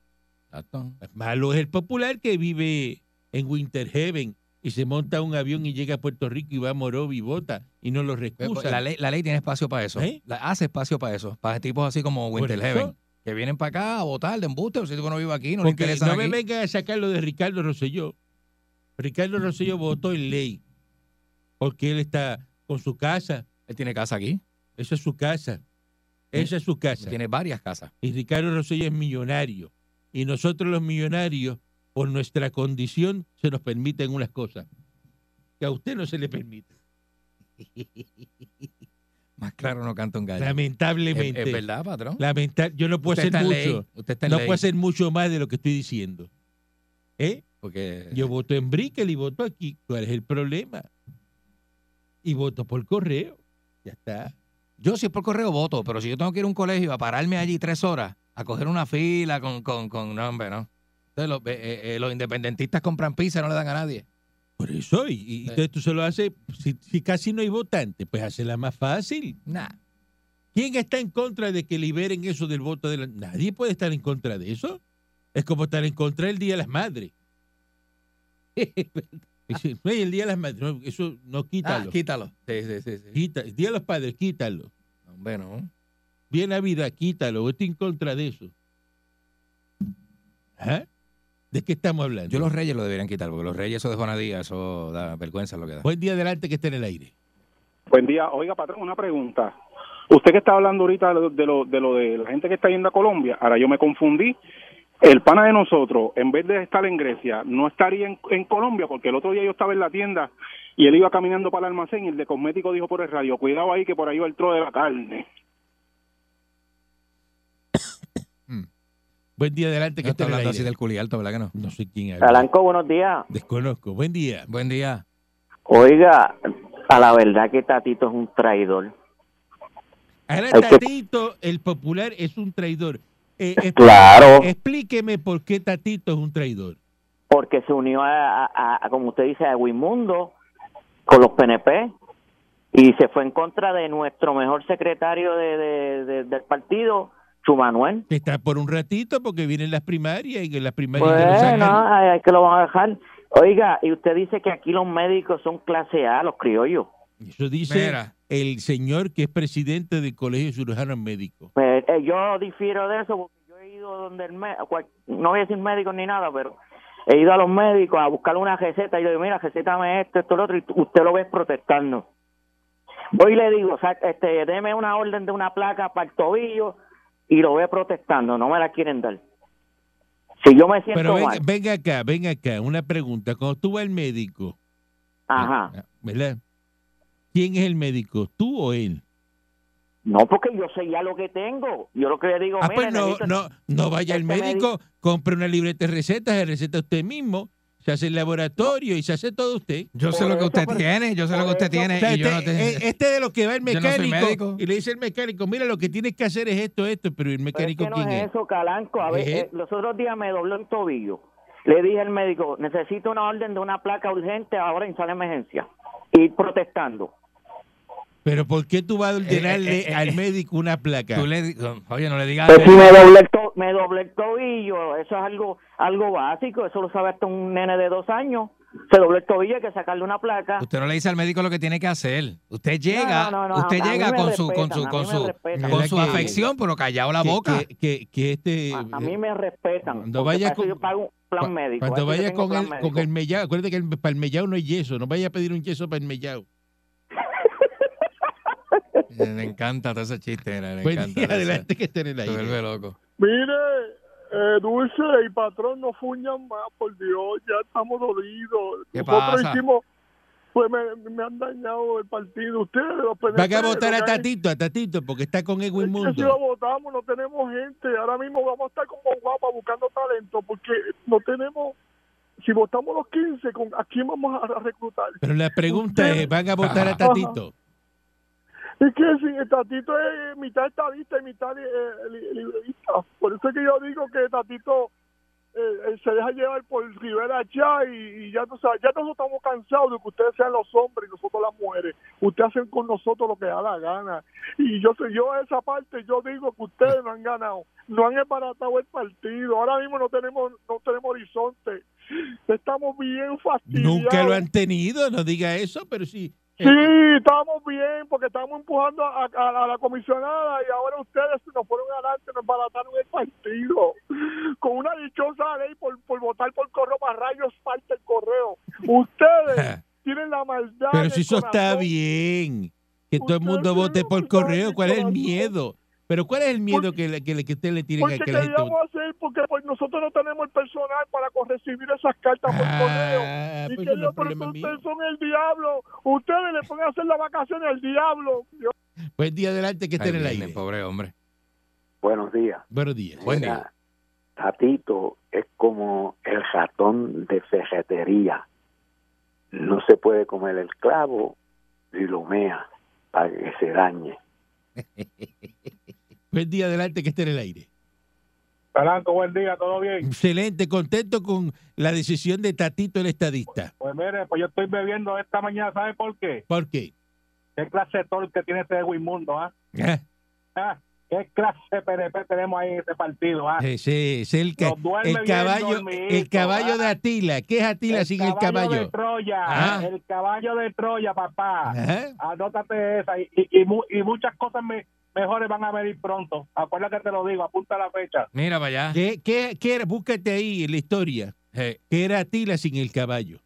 Speaker 4: exacto.
Speaker 3: Malo es el popular que vive en Winter Heaven y se monta un avión y llega a Puerto Rico y va a Morovi y vota y no lo
Speaker 4: Pero,
Speaker 3: recusa.
Speaker 4: Pues, La ley, la ley tiene espacio para eso.
Speaker 3: ¿Eh?
Speaker 4: La- hace espacio para eso. Para tipos así como
Speaker 3: Por
Speaker 4: Winterheaven.
Speaker 3: eso,
Speaker 4: Que vienen para acá a votar de embuste. Un sitio que no vive aquí, no le
Speaker 3: porque
Speaker 4: interesa
Speaker 3: no me
Speaker 4: aquí.
Speaker 3: vengan a sacar lo de Ricardo Rosselló. Ricardo Rosselló votó en ley porque él está con su casa.
Speaker 4: Él tiene casa aquí.
Speaker 3: Esa es su casa. Esa es su casa.
Speaker 4: Tiene varias casas.
Speaker 3: y Ricardo Rosselló es millonario. Y nosotros los millonarios, por nuestra condición, se nos permiten unas cosas que a usted no se le permite,
Speaker 4: Más claro no canta un gallo. es,
Speaker 3: lamentablemente.
Speaker 4: es verdad, patrón.
Speaker 3: Lamenta- yo no puedo
Speaker 4: Usted está
Speaker 3: hacer
Speaker 4: en
Speaker 3: mucho,
Speaker 4: ley. Usted está en
Speaker 3: no
Speaker 4: ley.
Speaker 3: puedo hacer mucho más de lo que estoy diciendo. ¿Eh?
Speaker 4: Porque
Speaker 3: Yo voto en Brickell y voto aquí. ¿Cuál es el problema? Y voto por correo. Ya está.
Speaker 4: Yo si es por correo voto, pero si yo tengo que ir a un colegio a pararme allí tres horas, a coger una fila con, con, con no, hombre, no. Entonces los, eh, eh, los independentistas compran pizza, no le dan a nadie.
Speaker 3: Por eso, y, y
Speaker 4: Sí.
Speaker 3: entonces tú se lo haces, si, si casi no hay votantes, pues hacerla más fácil.
Speaker 4: Nah. Ah,
Speaker 3: ¿Quién está en contra de que liberen eso del voto de la... Nadie puede estar en contra de eso. Es como estar en contra del Día de las Madres. Dice, "No, y el Día de las Madres, no, eso no
Speaker 4: Ah,
Speaker 3: quítalo.
Speaker 4: quítalo. Sí, sí, sí, sí.
Speaker 3: Quita- el Día de los Padres, quítalo.
Speaker 4: Hombre, no.
Speaker 3: Día de Navidad, quítalo. Yo Estoy en contra de eso. ¿Ah? ¿De qué estamos hablando?
Speaker 4: Yo los reyes lo deberían quitar, porque los reyes eso de Juanadía, eso da vergüenza lo que da.
Speaker 3: Buen día adelante que esté en el aire.
Speaker 7: Buen día. Oiga, patrón, una pregunta. Usted que está hablando ahorita de lo de, lo, de, lo de la gente que está yendo a Colombia, ahora yo me confundí. El pana de nosotros, en vez de estar en Grecia, no estaría en, en Colombia, porque el otro día yo estaba en la tienda y él iba caminando para el almacén y el de cosmético dijo por el radio, cuidado ahí que por ahí va el tro de la carne.
Speaker 3: Buen día adelante que
Speaker 4: No
Speaker 3: esté
Speaker 4: está
Speaker 3: en el
Speaker 4: hablando
Speaker 3: aire.
Speaker 4: así del culialto, ¿verdad que no?
Speaker 3: No sé quién habla.
Speaker 8: Calanco, buenos días.
Speaker 3: Desconozco. Buen día.
Speaker 4: Buen día.
Speaker 8: Oiga, a la verdad que Tatito es un traidor.
Speaker 3: Ahora
Speaker 8: El que-
Speaker 3: Tatito, el popular, es un traidor. Eh, es-
Speaker 8: Claro,
Speaker 3: Explíqueme por qué Tatito es un traidor.
Speaker 8: porque se unió a, a- a- como usted dice, a Wimundo con los PNP y se fue en contra de nuestro mejor secretario de, de- de- del partido, Chumanuel.
Speaker 3: Que Está por un ratito porque vienen las primarias y en las primarias de Los
Speaker 8: Bueno,
Speaker 3: Ángeles.
Speaker 8: hay, hay que lo van a dejar. Oiga, y usted dice que aquí los médicos son clase A, los criollos.
Speaker 3: Eso dice
Speaker 4: Mira.
Speaker 3: el señor que es presidente del Colegio de Cirujanos Médicos.
Speaker 8: Pues, eh, yo difiero de eso porque yo he ido donde el mé- cual- no voy a decir médicos ni nada, pero he ido a los médicos a buscar una receta y yo digo, mira, recétame esto, esto, lo otro, y tú- usted lo ves protestando. Voy y le digo, "Sa- este, deme una orden de una placa para el tobillo y lo ve protestando, no me la quieren dar. Si yo me siento
Speaker 3: Pero venga,
Speaker 8: mal,
Speaker 3: venga acá, venga acá, una pregunta. Cuando tú vas al médico,
Speaker 8: ajá,
Speaker 3: ah, ¿verdad? ¿Quién es el médico? ¿Tú o él?
Speaker 8: no porque yo sé ya lo que tengo, yo lo que le digo,
Speaker 3: Ah,
Speaker 8: mira,
Speaker 3: pues no,
Speaker 8: necesito-
Speaker 3: no, no vaya al
Speaker 8: este
Speaker 3: médico, compre una libreta de recetas, de receta usted mismo, se hace el laboratorio y se hace todo usted.
Speaker 4: Yo sé
Speaker 8: Por
Speaker 4: lo que
Speaker 8: eso,
Speaker 4: usted
Speaker 8: por-
Speaker 4: tiene, yo sé lo que
Speaker 8: por
Speaker 4: usted
Speaker 8: eso,
Speaker 4: tiene.
Speaker 3: O sea,
Speaker 4: Eh, y yo
Speaker 3: este,
Speaker 4: no te-
Speaker 3: eh, este de los que va el
Speaker 4: yo no soy
Speaker 3: mecánico,
Speaker 4: médico.
Speaker 3: y le dice el mecánico, mira, lo que tienes que hacer es esto, esto, pero el
Speaker 8: Pero es
Speaker 3: mecánico
Speaker 8: que no
Speaker 3: quién
Speaker 8: es
Speaker 3: es.
Speaker 8: eso, Calanco. A ver,
Speaker 3: Ejé.
Speaker 8: eh, los otros días me dobló el tobillo. Le dije al médico, necesito una orden de una placa urgente ahora en sala de emergencia. Ir protestando.
Speaker 3: Pero ¿por qué tú vas a ordenarle
Speaker 4: eh, eh,
Speaker 3: al
Speaker 4: eh.
Speaker 3: médico una placa?
Speaker 4: Tú le, di- oye, no le digas.
Speaker 8: Pues si me doblé, el to- me doblé el tobillo, eso es algo algo básico, eso lo sabe hasta un nene de dos años. Se dobló el tobillo, hay que sacarle una placa.
Speaker 4: Usted no le dice al médico lo que tiene que hacer. Usted llega,
Speaker 8: no, no,
Speaker 4: usted
Speaker 8: a- a
Speaker 4: llega
Speaker 8: mí me
Speaker 4: con su, con su,
Speaker 8: respetan, a
Speaker 4: con
Speaker 8: mí me
Speaker 4: su,
Speaker 8: respetan.
Speaker 4: con
Speaker 3: Mira
Speaker 4: su
Speaker 3: que-
Speaker 4: afección, pero callado la
Speaker 3: Que-
Speaker 4: boca.
Speaker 3: Que, que- que este...
Speaker 8: Ah, A,
Speaker 4: eh,
Speaker 8: a mí me respetan.
Speaker 3: No
Speaker 8: porque
Speaker 3: vaya
Speaker 8: para eso
Speaker 3: con-
Speaker 8: yo pago un plan
Speaker 3: cua-
Speaker 8: médico.
Speaker 3: Cuando
Speaker 8: para eso yo
Speaker 3: vaya
Speaker 8: tengo
Speaker 3: con
Speaker 8: plan
Speaker 3: el,
Speaker 8: médico.
Speaker 3: con el mellado, acuérdate que el- para el mellado no hay yeso, no vaya a pedir un yeso para el mellado.
Speaker 4: Eh, Me encanta todo ese chiste, nena, me
Speaker 3: Buen
Speaker 4: encanta.
Speaker 3: día,
Speaker 4: todo eso.
Speaker 3: Pues, adelante que estén en el
Speaker 4: Te vuelve
Speaker 3: aire.
Speaker 4: loco.
Speaker 9: Mire, eh, Dulce y Patrón, no fuñan más, por Dios, ya estamos dolidos.
Speaker 4: ¿Qué
Speaker 9: Nosotros
Speaker 4: pasa?
Speaker 9: hicimos, pues me, me han dañado el partido. Ustedes, los PNP,
Speaker 3: Van a votar
Speaker 9: lo
Speaker 3: a
Speaker 9: que han-
Speaker 3: Tatito, a Tatito, porque está con Ego
Speaker 9: Es que si lo
Speaker 3: Inmundo.
Speaker 9: votamos, no tenemos gente. Ahora mismo vamos a estar como guapa buscando talento, porque no tenemos. Si votamos los 15, ¿con, ¿a quién vamos a reclutar?
Speaker 3: Pero la pregunta
Speaker 9: Ustedes-
Speaker 3: es, ¿van a votar a
Speaker 4: Ajá.
Speaker 3: Tatito?
Speaker 9: Es que si el Tatito es mitad estadista y mitad eh, li- liberalista. Por eso es que yo digo que Tatito eh, eh, se deja llevar por Rivera Chá y, y ya, tú sabes, ya nosotros estamos cansados de que ustedes sean los hombres y nosotros las mujeres. Ustedes hacen con nosotros lo que da la gana. Y yo sé- yo esa parte yo digo que ustedes no han ganado, no han embaratado el partido. Ahora mismo no tenemos no tenemos horizonte. Estamos bien fastidiados.
Speaker 3: Nunca lo han tenido, no diga eso, pero sí. eh,
Speaker 9: Sí, estamos bien, porque estamos empujando a, a- a la comisionada y ahora ustedes nos fueron adelante, nos barataron el partido. Con una dichosa ley por, por votar por correo para rayos, falta el correo. Ustedes tienen la maldad.
Speaker 3: Pero
Speaker 9: en
Speaker 3: si
Speaker 9: el
Speaker 3: eso está
Speaker 9: corazón.
Speaker 3: bien, que todo el
Speaker 9: Ustedes
Speaker 3: mundo vote
Speaker 9: tienen
Speaker 3: por
Speaker 9: un corazón
Speaker 3: correo,
Speaker 9: de
Speaker 3: ¿cuál es el
Speaker 9: corazón.
Speaker 3: miedo? Pero ¿cuál es el miedo
Speaker 9: Porque-
Speaker 3: que, le- que, le- que usted le tiene
Speaker 9: Porque
Speaker 3: que, que la gente
Speaker 9: queríamos hacer, porque pues, nosotros no tenemos el personal para co- recibir esas cartas por correo.
Speaker 3: Ah,
Speaker 9: Y
Speaker 3: pues
Speaker 9: que
Speaker 3: eso no
Speaker 9: yo,
Speaker 3: es
Speaker 9: pero
Speaker 3: problema mío.
Speaker 9: ustedes son el diablo. Ustedes le pueden hacer la vacación al diablo. Yo-
Speaker 3: Pues día adelante que esté en
Speaker 4: Ahí
Speaker 3: el
Speaker 4: viene,
Speaker 3: aire.
Speaker 4: Pobre hombre.
Speaker 10: Buenos días.
Speaker 3: Buenos días.
Speaker 4: Bueno.
Speaker 10: Mira, Tatito es como el ratón de ferretería. No se puede comer el clavo y lo mea para que se dañe.
Speaker 3: Pues día adelante que esté en el aire.
Speaker 7: Alanco, buen día, ¿todo bien?
Speaker 3: Excelente, contento con la decisión de Tatito el estadista.
Speaker 7: Pues mire, pues yo estoy bebiendo esta mañana, ¿sabe por qué?
Speaker 3: ¿Por qué?
Speaker 7: ¿Qué clase de tol que tiene este Wimundo, ah?
Speaker 3: Ah,
Speaker 7: Ah, ¿Qué clase de PNP tenemos ahí en este partido, ah?
Speaker 3: Ese es el, ca-
Speaker 7: Nos duerme
Speaker 3: el
Speaker 7: bien
Speaker 3: caballo,
Speaker 7: dormidito,
Speaker 3: el caballo
Speaker 7: ah.
Speaker 3: de Atila. ¿Qué es Atila sin el
Speaker 7: de
Speaker 3: caballo?
Speaker 7: Troya,
Speaker 3: Ah.
Speaker 7: el caballo de Troya, papá.
Speaker 3: Ajá.
Speaker 7: Anótate esa y, y, y mu- y muchas cosas me- mejores van a venir pronto. Acuérdate, te lo digo, apunta la fecha.
Speaker 4: Mira para allá.
Speaker 3: ¿Qué, qué, qué era? Búscate ahí en la historia.
Speaker 4: Eh,
Speaker 3: ¿Qué era Atila sin el caballo?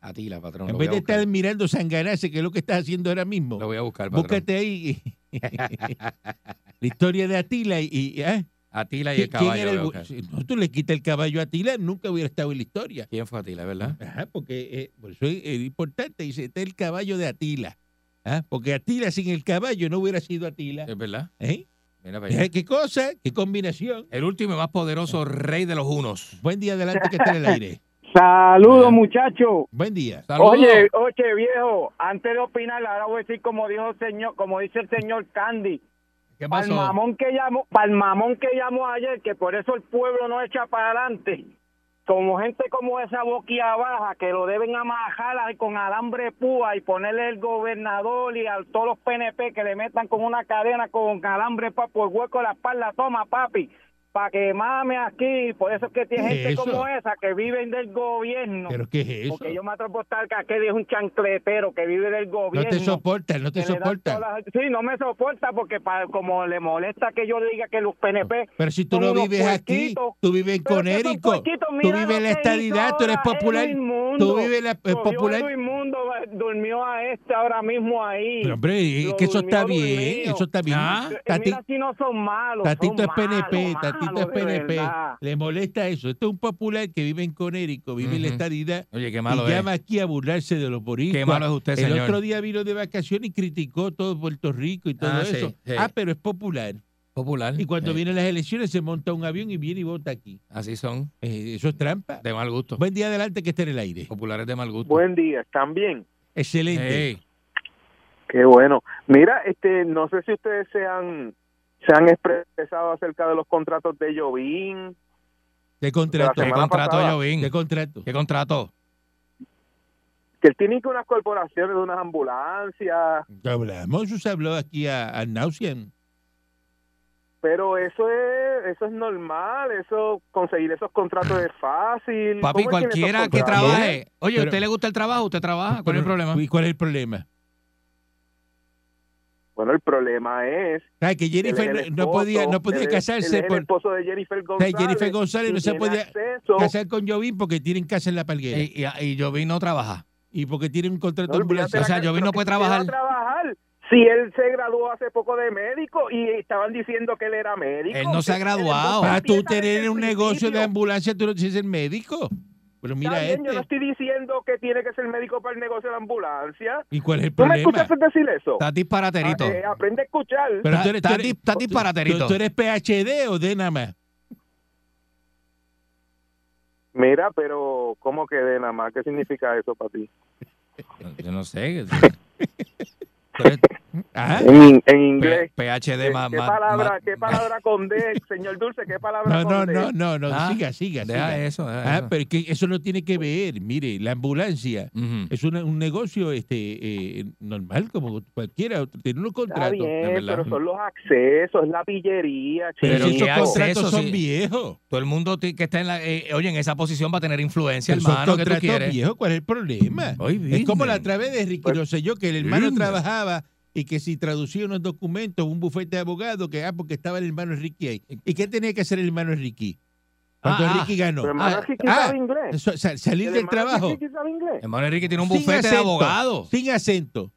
Speaker 4: Atila, patrón.
Speaker 3: en
Speaker 4: Lo voy,
Speaker 3: vez
Speaker 4: a
Speaker 3: de
Speaker 4: buscar,
Speaker 3: estar mirando sanganase, que es lo que estás haciendo ahora mismo,
Speaker 4: lo voy a buscar, patrón.
Speaker 3: búscate ahí la historia de Atila y... y- ¿ah?
Speaker 4: Atila y
Speaker 3: ¿Qui-
Speaker 4: el
Speaker 3: ¿Quién
Speaker 4: caballo.
Speaker 3: era el
Speaker 4: voy a
Speaker 3: bu-
Speaker 4: buscar.
Speaker 3: Si no, tú le quitas el caballo a Atila, nunca hubiera estado en la historia.
Speaker 4: ¿Quién fue Atila, verdad?
Speaker 3: Ajá, porque eh, por eso es, es importante, dice, está el caballo de Atila. Ah, Porque Atila sin el caballo no hubiera sido Atila.
Speaker 4: Es verdad.
Speaker 3: ¿Eh?
Speaker 4: Mira
Speaker 8: pues.
Speaker 4: para allá.
Speaker 3: Eh, ¿Qué cosa? ¿Qué combinación?
Speaker 4: El último y más poderoso rey de los unos.
Speaker 3: Buen día adelante que está en el aire.
Speaker 8: Saludos, muchachos.
Speaker 3: Buen día.
Speaker 4: Saludos.
Speaker 8: Oye, oye, viejo, antes de opinar, ahora voy a decir como dijo el señor, como dice el señor Candy,
Speaker 4: ¿Qué
Speaker 8: para el
Speaker 4: pasó?
Speaker 8: mamón que llamó, para el mamón que llamó ayer, que por eso el pueblo no echa para adelante. Como gente como esa boquilla baja, que lo deben amajar ahí con alambre de púa y ponerle el gobernador y a todos los PNP que le metan con una cadena con alambre para por hueco de la espalda, toma papi, para que mame aquí. Por eso es que tiene
Speaker 3: ¿Qué
Speaker 8: gente
Speaker 3: es eso?
Speaker 8: como esa que viven del gobierno.
Speaker 3: ¿Pero qué es eso?
Speaker 8: Porque yo me atrevo a estar que aquel es un chancletero que vive del
Speaker 3: No
Speaker 8: gobierno.
Speaker 3: te soportan, no te
Speaker 8: que le dan
Speaker 3: soportan.
Speaker 8: todas las- Sí, no me soporta porque para, como le molesta que yo diga que los PNP...
Speaker 3: Pero si tú
Speaker 8: son
Speaker 3: no
Speaker 8: unos
Speaker 3: vives aquí,
Speaker 8: puerquitos.
Speaker 3: tú vives en
Speaker 8: Pero que son
Speaker 3: Conérico,
Speaker 8: puerquitos,
Speaker 3: tú
Speaker 8: mira
Speaker 3: vives en
Speaker 8: lo
Speaker 3: la
Speaker 8: que
Speaker 3: estadidad,
Speaker 8: hizo
Speaker 3: tú eres
Speaker 8: ahora
Speaker 3: popular,
Speaker 8: Edwin Mundo.
Speaker 3: tú vives en la eh,
Speaker 8: Cogió a
Speaker 3: popular.
Speaker 8: Luis Mundo, eh, durmió a este ahora mismo ahí.
Speaker 3: Pero, hombre, es
Speaker 8: Lo
Speaker 3: que eso está
Speaker 8: durmió,
Speaker 3: bien,
Speaker 8: durmió.
Speaker 3: eso está bien.
Speaker 4: Ah.
Speaker 8: Eh,
Speaker 3: Tati-
Speaker 8: mira si no son malos.
Speaker 3: Tatito
Speaker 8: son
Speaker 3: es PNP,
Speaker 8: malos,
Speaker 3: Tatito es
Speaker 8: malos, de
Speaker 3: PNP.
Speaker 8: verdad.
Speaker 3: Le molesta eso. Este es un popular que vive en Conérico, vive en la
Speaker 4: Ujú.
Speaker 3: estadidad
Speaker 4: Oye, qué
Speaker 3: y
Speaker 4: malo es.
Speaker 3: llama aquí a burlarse de los boricuas.
Speaker 4: Qué malo es usted,
Speaker 3: El
Speaker 4: señor.
Speaker 3: otro día vino de vacaciones y criticó todo Puerto Rico y todo
Speaker 4: Ah, sí,
Speaker 3: eso.
Speaker 4: sí.
Speaker 3: Ah, pero es popular.
Speaker 4: Popular.
Speaker 3: Y cuando
Speaker 4: Eh,
Speaker 3: vienen las elecciones se monta un avión y viene y vota aquí.
Speaker 4: Así son.
Speaker 3: Eh, eso es trampa.
Speaker 4: De mal gusto.
Speaker 3: Buen día adelante que esté en el aire.
Speaker 4: Populares de mal gusto.
Speaker 10: Buen día, ¿están bien?
Speaker 3: Excelente.
Speaker 4: Ey,
Speaker 10: Qué bueno. Mira, este, no sé si ustedes se han, se han expresado acerca de los contratos de Jovín.
Speaker 3: Te contrato.
Speaker 4: ¿Qué
Speaker 10: semana
Speaker 4: contrato,
Speaker 10: pasada.
Speaker 4: Jovín?
Speaker 3: Te contrato.
Speaker 4: ¿Qué contrato?
Speaker 10: Que él tiene que unas corporaciones de unas ambulancias,
Speaker 3: Hablamos, eso se habló aquí a, a Nauseam.
Speaker 10: pero eso es, eso es normal, eso, conseguir esos contratos es fácil.
Speaker 4: Papi,
Speaker 10: ¿Cómo él tiene esos
Speaker 4: cualquiera que
Speaker 10: contratos?
Speaker 4: trabaje. Oye, ¿a
Speaker 3: Pero-
Speaker 4: usted le gusta el trabajo? ¿Usted trabaja? ¿Cuál es el problema?
Speaker 3: ¿Y cuál es el problema?
Speaker 10: Bueno, el problema es
Speaker 3: Ah, que Jennifer
Speaker 10: Él es el
Speaker 3: no podía, no
Speaker 10: esposo,
Speaker 3: podía
Speaker 10: él es-
Speaker 3: casarse
Speaker 10: él es el
Speaker 3: por-
Speaker 10: esposo de Jennifer
Speaker 3: o sea,
Speaker 10: González.
Speaker 3: Jennifer González no
Speaker 10: y
Speaker 3: se
Speaker 10: tiene
Speaker 3: podía
Speaker 10: acceso.
Speaker 3: casar con Jovín porque tienen casa en la palguera
Speaker 4: Y, y, y Jovín no trabaja.
Speaker 3: y porque tienen un contrato
Speaker 10: No,
Speaker 3: de
Speaker 10: olvídate
Speaker 3: ambulancia.
Speaker 10: la
Speaker 4: O sea,
Speaker 10: cara,
Speaker 4: Jovín
Speaker 10: pero
Speaker 4: no puede
Speaker 10: ¿qué va a
Speaker 4: trabajar.
Speaker 10: trabajar? Si él se graduó hace poco de médico y estaban diciendo que él era médico.
Speaker 4: Él no se ha
Speaker 10: El
Speaker 4: graduado.
Speaker 10: esposo
Speaker 3: Para Ah, tú
Speaker 10: empieza desde
Speaker 3: tener
Speaker 10: el
Speaker 3: un negocio de
Speaker 10: principio.
Speaker 3: ambulancia, tú no tienes el médico. Pero
Speaker 10: Está
Speaker 3: mira
Speaker 10: bien, Yo no
Speaker 3: este.
Speaker 10: estoy diciendo que tiene que ser médico para el negocio de la ambulancia.
Speaker 3: ¿Y cuál es el
Speaker 10: ¿Tú me
Speaker 3: problema?
Speaker 10: escuchaste decir eso?
Speaker 4: Estás disparaterito.
Speaker 10: Ah, eh, aprende a escuchar.
Speaker 3: Pero tú
Speaker 4: Estás
Speaker 3: eres-
Speaker 4: estás
Speaker 3: tú
Speaker 4: di-
Speaker 3: eres-
Speaker 4: estás
Speaker 3: ¿Tú,
Speaker 4: disparaterito.
Speaker 3: tú eres PhD o de nada más?
Speaker 10: Mira, pero ¿cómo que de nada más? ¿Qué significa eso para ti?
Speaker 4: Yo no sé. Tú eres, Ajá.
Speaker 9: En, en inglés.
Speaker 4: P-
Speaker 3: eh,
Speaker 4: PhD más.
Speaker 9: ¿Qué
Speaker 4: más-
Speaker 9: palabra,
Speaker 4: más-
Speaker 9: qué palabra con D, señor Dulce? ¿Qué palabra
Speaker 3: No,
Speaker 9: con
Speaker 3: no,
Speaker 9: D?
Speaker 3: no, no, no,
Speaker 4: Ah,
Speaker 3: siga, siga.
Speaker 4: deja
Speaker 3: siga.
Speaker 4: eso, deja
Speaker 3: Ah,
Speaker 4: eso.
Speaker 3: pero es que eso no tiene que ver, mire, la ambulancia
Speaker 4: Ujú.
Speaker 3: es una- un negocio este eh, normal como cualquiera, otro, tiene un
Speaker 9: Está
Speaker 3: contrato.
Speaker 9: bien,
Speaker 4: verdad.
Speaker 9: pero son los accesos, es la pillería,
Speaker 3: Pero
Speaker 4: Pero
Speaker 3: si
Speaker 9: chico.
Speaker 4: ¿qué
Speaker 3: esos contratos
Speaker 4: acceso,
Speaker 3: son
Speaker 4: sí?
Speaker 3: viejos.
Speaker 4: Todo el mundo ti- que está en la. eh, oye, en esa posición va a tener influencia,
Speaker 3: Pero son
Speaker 4: hermano, que tú
Speaker 3: contratos
Speaker 4: quieres. Mm,
Speaker 3: viejos, ¿cuál es el problema?
Speaker 4: Oy,
Speaker 3: Es como
Speaker 4: business.
Speaker 3: la otra vez de Ricky
Speaker 9: Pues,
Speaker 3: Rosselló, que el hermano
Speaker 4: Business.
Speaker 3: trabajaba y que si traducía unos documentos, un bufete de abogados, que ah, porque estaba el hermano Ricky ahí. ¿Y qué tenía que hacer el hermano Ricky? Cuando
Speaker 4: Ah, ah,
Speaker 3: Ricky ganó.
Speaker 9: Pero hermano,
Speaker 3: Ah,
Speaker 9: ¿sí que
Speaker 3: ah,
Speaker 9: sabe inglés?
Speaker 3: sa- sa- salir
Speaker 9: ¿El
Speaker 3: del
Speaker 9: hermano
Speaker 3: trabajo.
Speaker 9: sí que sabe inglés?
Speaker 4: Hermano Enrique tiene un
Speaker 3: sin
Speaker 4: bufete de
Speaker 3: acento,
Speaker 4: abogados.
Speaker 3: Sin acento.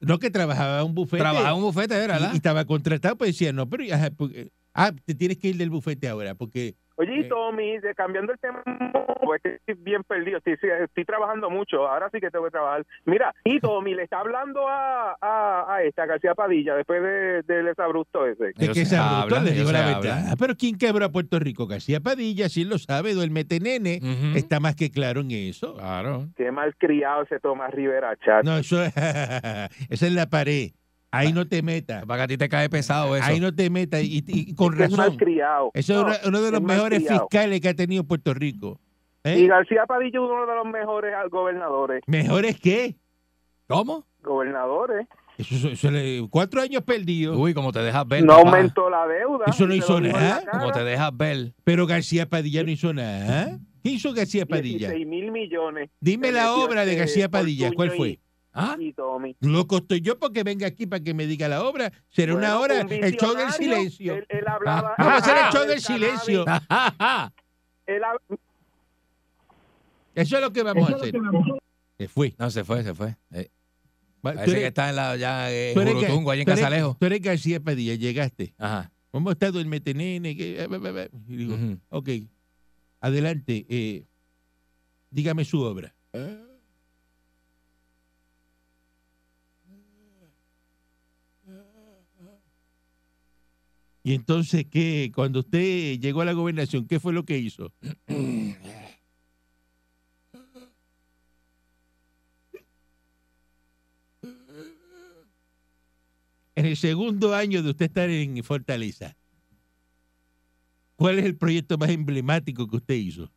Speaker 3: No que trabajaba en un bufete.
Speaker 4: Trabajaba en un bufete, era,
Speaker 3: y,
Speaker 4: ¿verdad?
Speaker 3: y estaba contratado, pues decía, no, pero ajá, porque- ah, te tienes que ir del bufete ahora, porque
Speaker 9: Oye,
Speaker 3: Eh.
Speaker 9: y Tommy, de- cambiando el tema, pues que estoy bien perdido, estoy, sí, estoy trabajando mucho, ahora sí que tengo que trabajar. Mira, y Tommy le está hablando a, a, a esta García Padilla después de, del exabrupto ese.
Speaker 3: de
Speaker 4: Ellos
Speaker 3: que
Speaker 4: se
Speaker 3: se abruptó,
Speaker 4: hablan,
Speaker 3: le
Speaker 4: ellos
Speaker 3: digo la
Speaker 4: se
Speaker 3: verdad.
Speaker 4: hablan.
Speaker 3: Ah, pero ¿quién quebró a Puerto Rico? García Padilla, si él lo sabe, duérmete nene,
Speaker 4: Ujú. Ah.
Speaker 3: está más que claro en eso.
Speaker 4: Claro.
Speaker 9: Qué mal criado ese Tomás Rivera Chat.
Speaker 3: No, eso esa es la pared. Ahí no te metas.
Speaker 4: Para que a ti te cae pesado eso.
Speaker 3: Ahí no te metas. Y, y- y con
Speaker 9: es mal
Speaker 3: razón.
Speaker 9: criado.
Speaker 3: Ese es uno, uno de los mejores fiscales que ha tenido Puerto Rico. ¿Eh?
Speaker 9: Y García Padilla es uno de los mejores gobernadores.
Speaker 3: ¿Mejores qué?
Speaker 4: ¿Cómo?
Speaker 9: Gobernadores.
Speaker 3: Eso, eso- eso le- cuatro años perdidos.
Speaker 4: Uy, como te dejas ver.
Speaker 9: No
Speaker 4: papá.
Speaker 9: aumentó la deuda.
Speaker 3: Eso no
Speaker 9: se
Speaker 3: hizo
Speaker 9: lo dijo en
Speaker 3: nada,
Speaker 9: la cara.
Speaker 4: Como te dejas ver.
Speaker 3: Pero García Padilla no hizo nada. ¿Qué hizo García Padilla?
Speaker 9: 16 mil millones.
Speaker 3: Dime
Speaker 9: que
Speaker 3: la
Speaker 9: metió
Speaker 3: obra de
Speaker 9: este
Speaker 8: eh,
Speaker 3: García Padilla. ¿Cuál
Speaker 9: Fortuño y-
Speaker 3: fue?
Speaker 4: ¿Ah?
Speaker 9: Y Tommy.
Speaker 3: Loco estoy yo porque venga aquí para que me diga la obra. Será una
Speaker 9: Bueno,
Speaker 3: hora
Speaker 9: un
Speaker 3: el show del
Speaker 9: visionario,
Speaker 3: silencio.
Speaker 9: Él, él
Speaker 4: Ah.
Speaker 9: hablaba.
Speaker 3: Vamos a
Speaker 9: él
Speaker 3: hacer el
Speaker 9: hablaba
Speaker 3: show del
Speaker 9: cannabis,
Speaker 3: silencio.
Speaker 9: él hab-
Speaker 3: Eso es lo que vamos a hacer. Se fue.
Speaker 4: No, se fue, se fue. Eh,
Speaker 3: Ah, Va,
Speaker 4: parece que está en la, ya eh,
Speaker 3: tú
Speaker 4: en
Speaker 3: eres
Speaker 4: Jurutungo, allá en
Speaker 3: tú eres-
Speaker 4: Casalejo.
Speaker 3: tú eres García Padilla, llegaste.
Speaker 4: Ajá.
Speaker 3: ¿Cómo está duérmete, nene? que- eh, eh, eh, eh. Y digo,
Speaker 4: Ujú.
Speaker 3: ok, adelante, eh, dígame su obra. Y entonces, ¿qué? Cuando usted llegó a la gobernación, ¿qué fue lo que hizo? En el segundo año de usted estar en Fortaleza, ¿cuál es el proyecto más emblemático que usted hizo?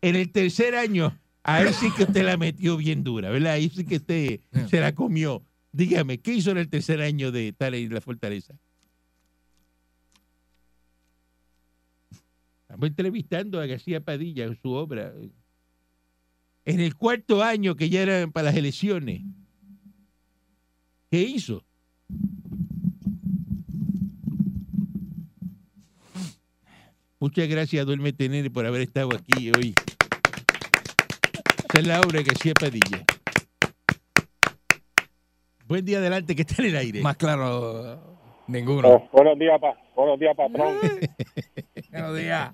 Speaker 3: En el tercer año, ahí sí que usted la metió bien dura, ¿verdad? Ahí sí que usted se la comió. Dígame, ¿qué hizo en el tercer año de estar en la Fortaleza? Estamos entrevistando a García Padilla en su obra. En el cuarto año que ya eran para las elecciones, ¿qué hizo? Muchas gracias, Duerme Tenere, por haber estado aquí hoy. Esta es la obra de García Padilla. Buen día adelante, que está en el aire.
Speaker 4: Más claro, ninguno.
Speaker 11: Oh, buenos días, pa- buenos días, patrón.
Speaker 4: Buenos días.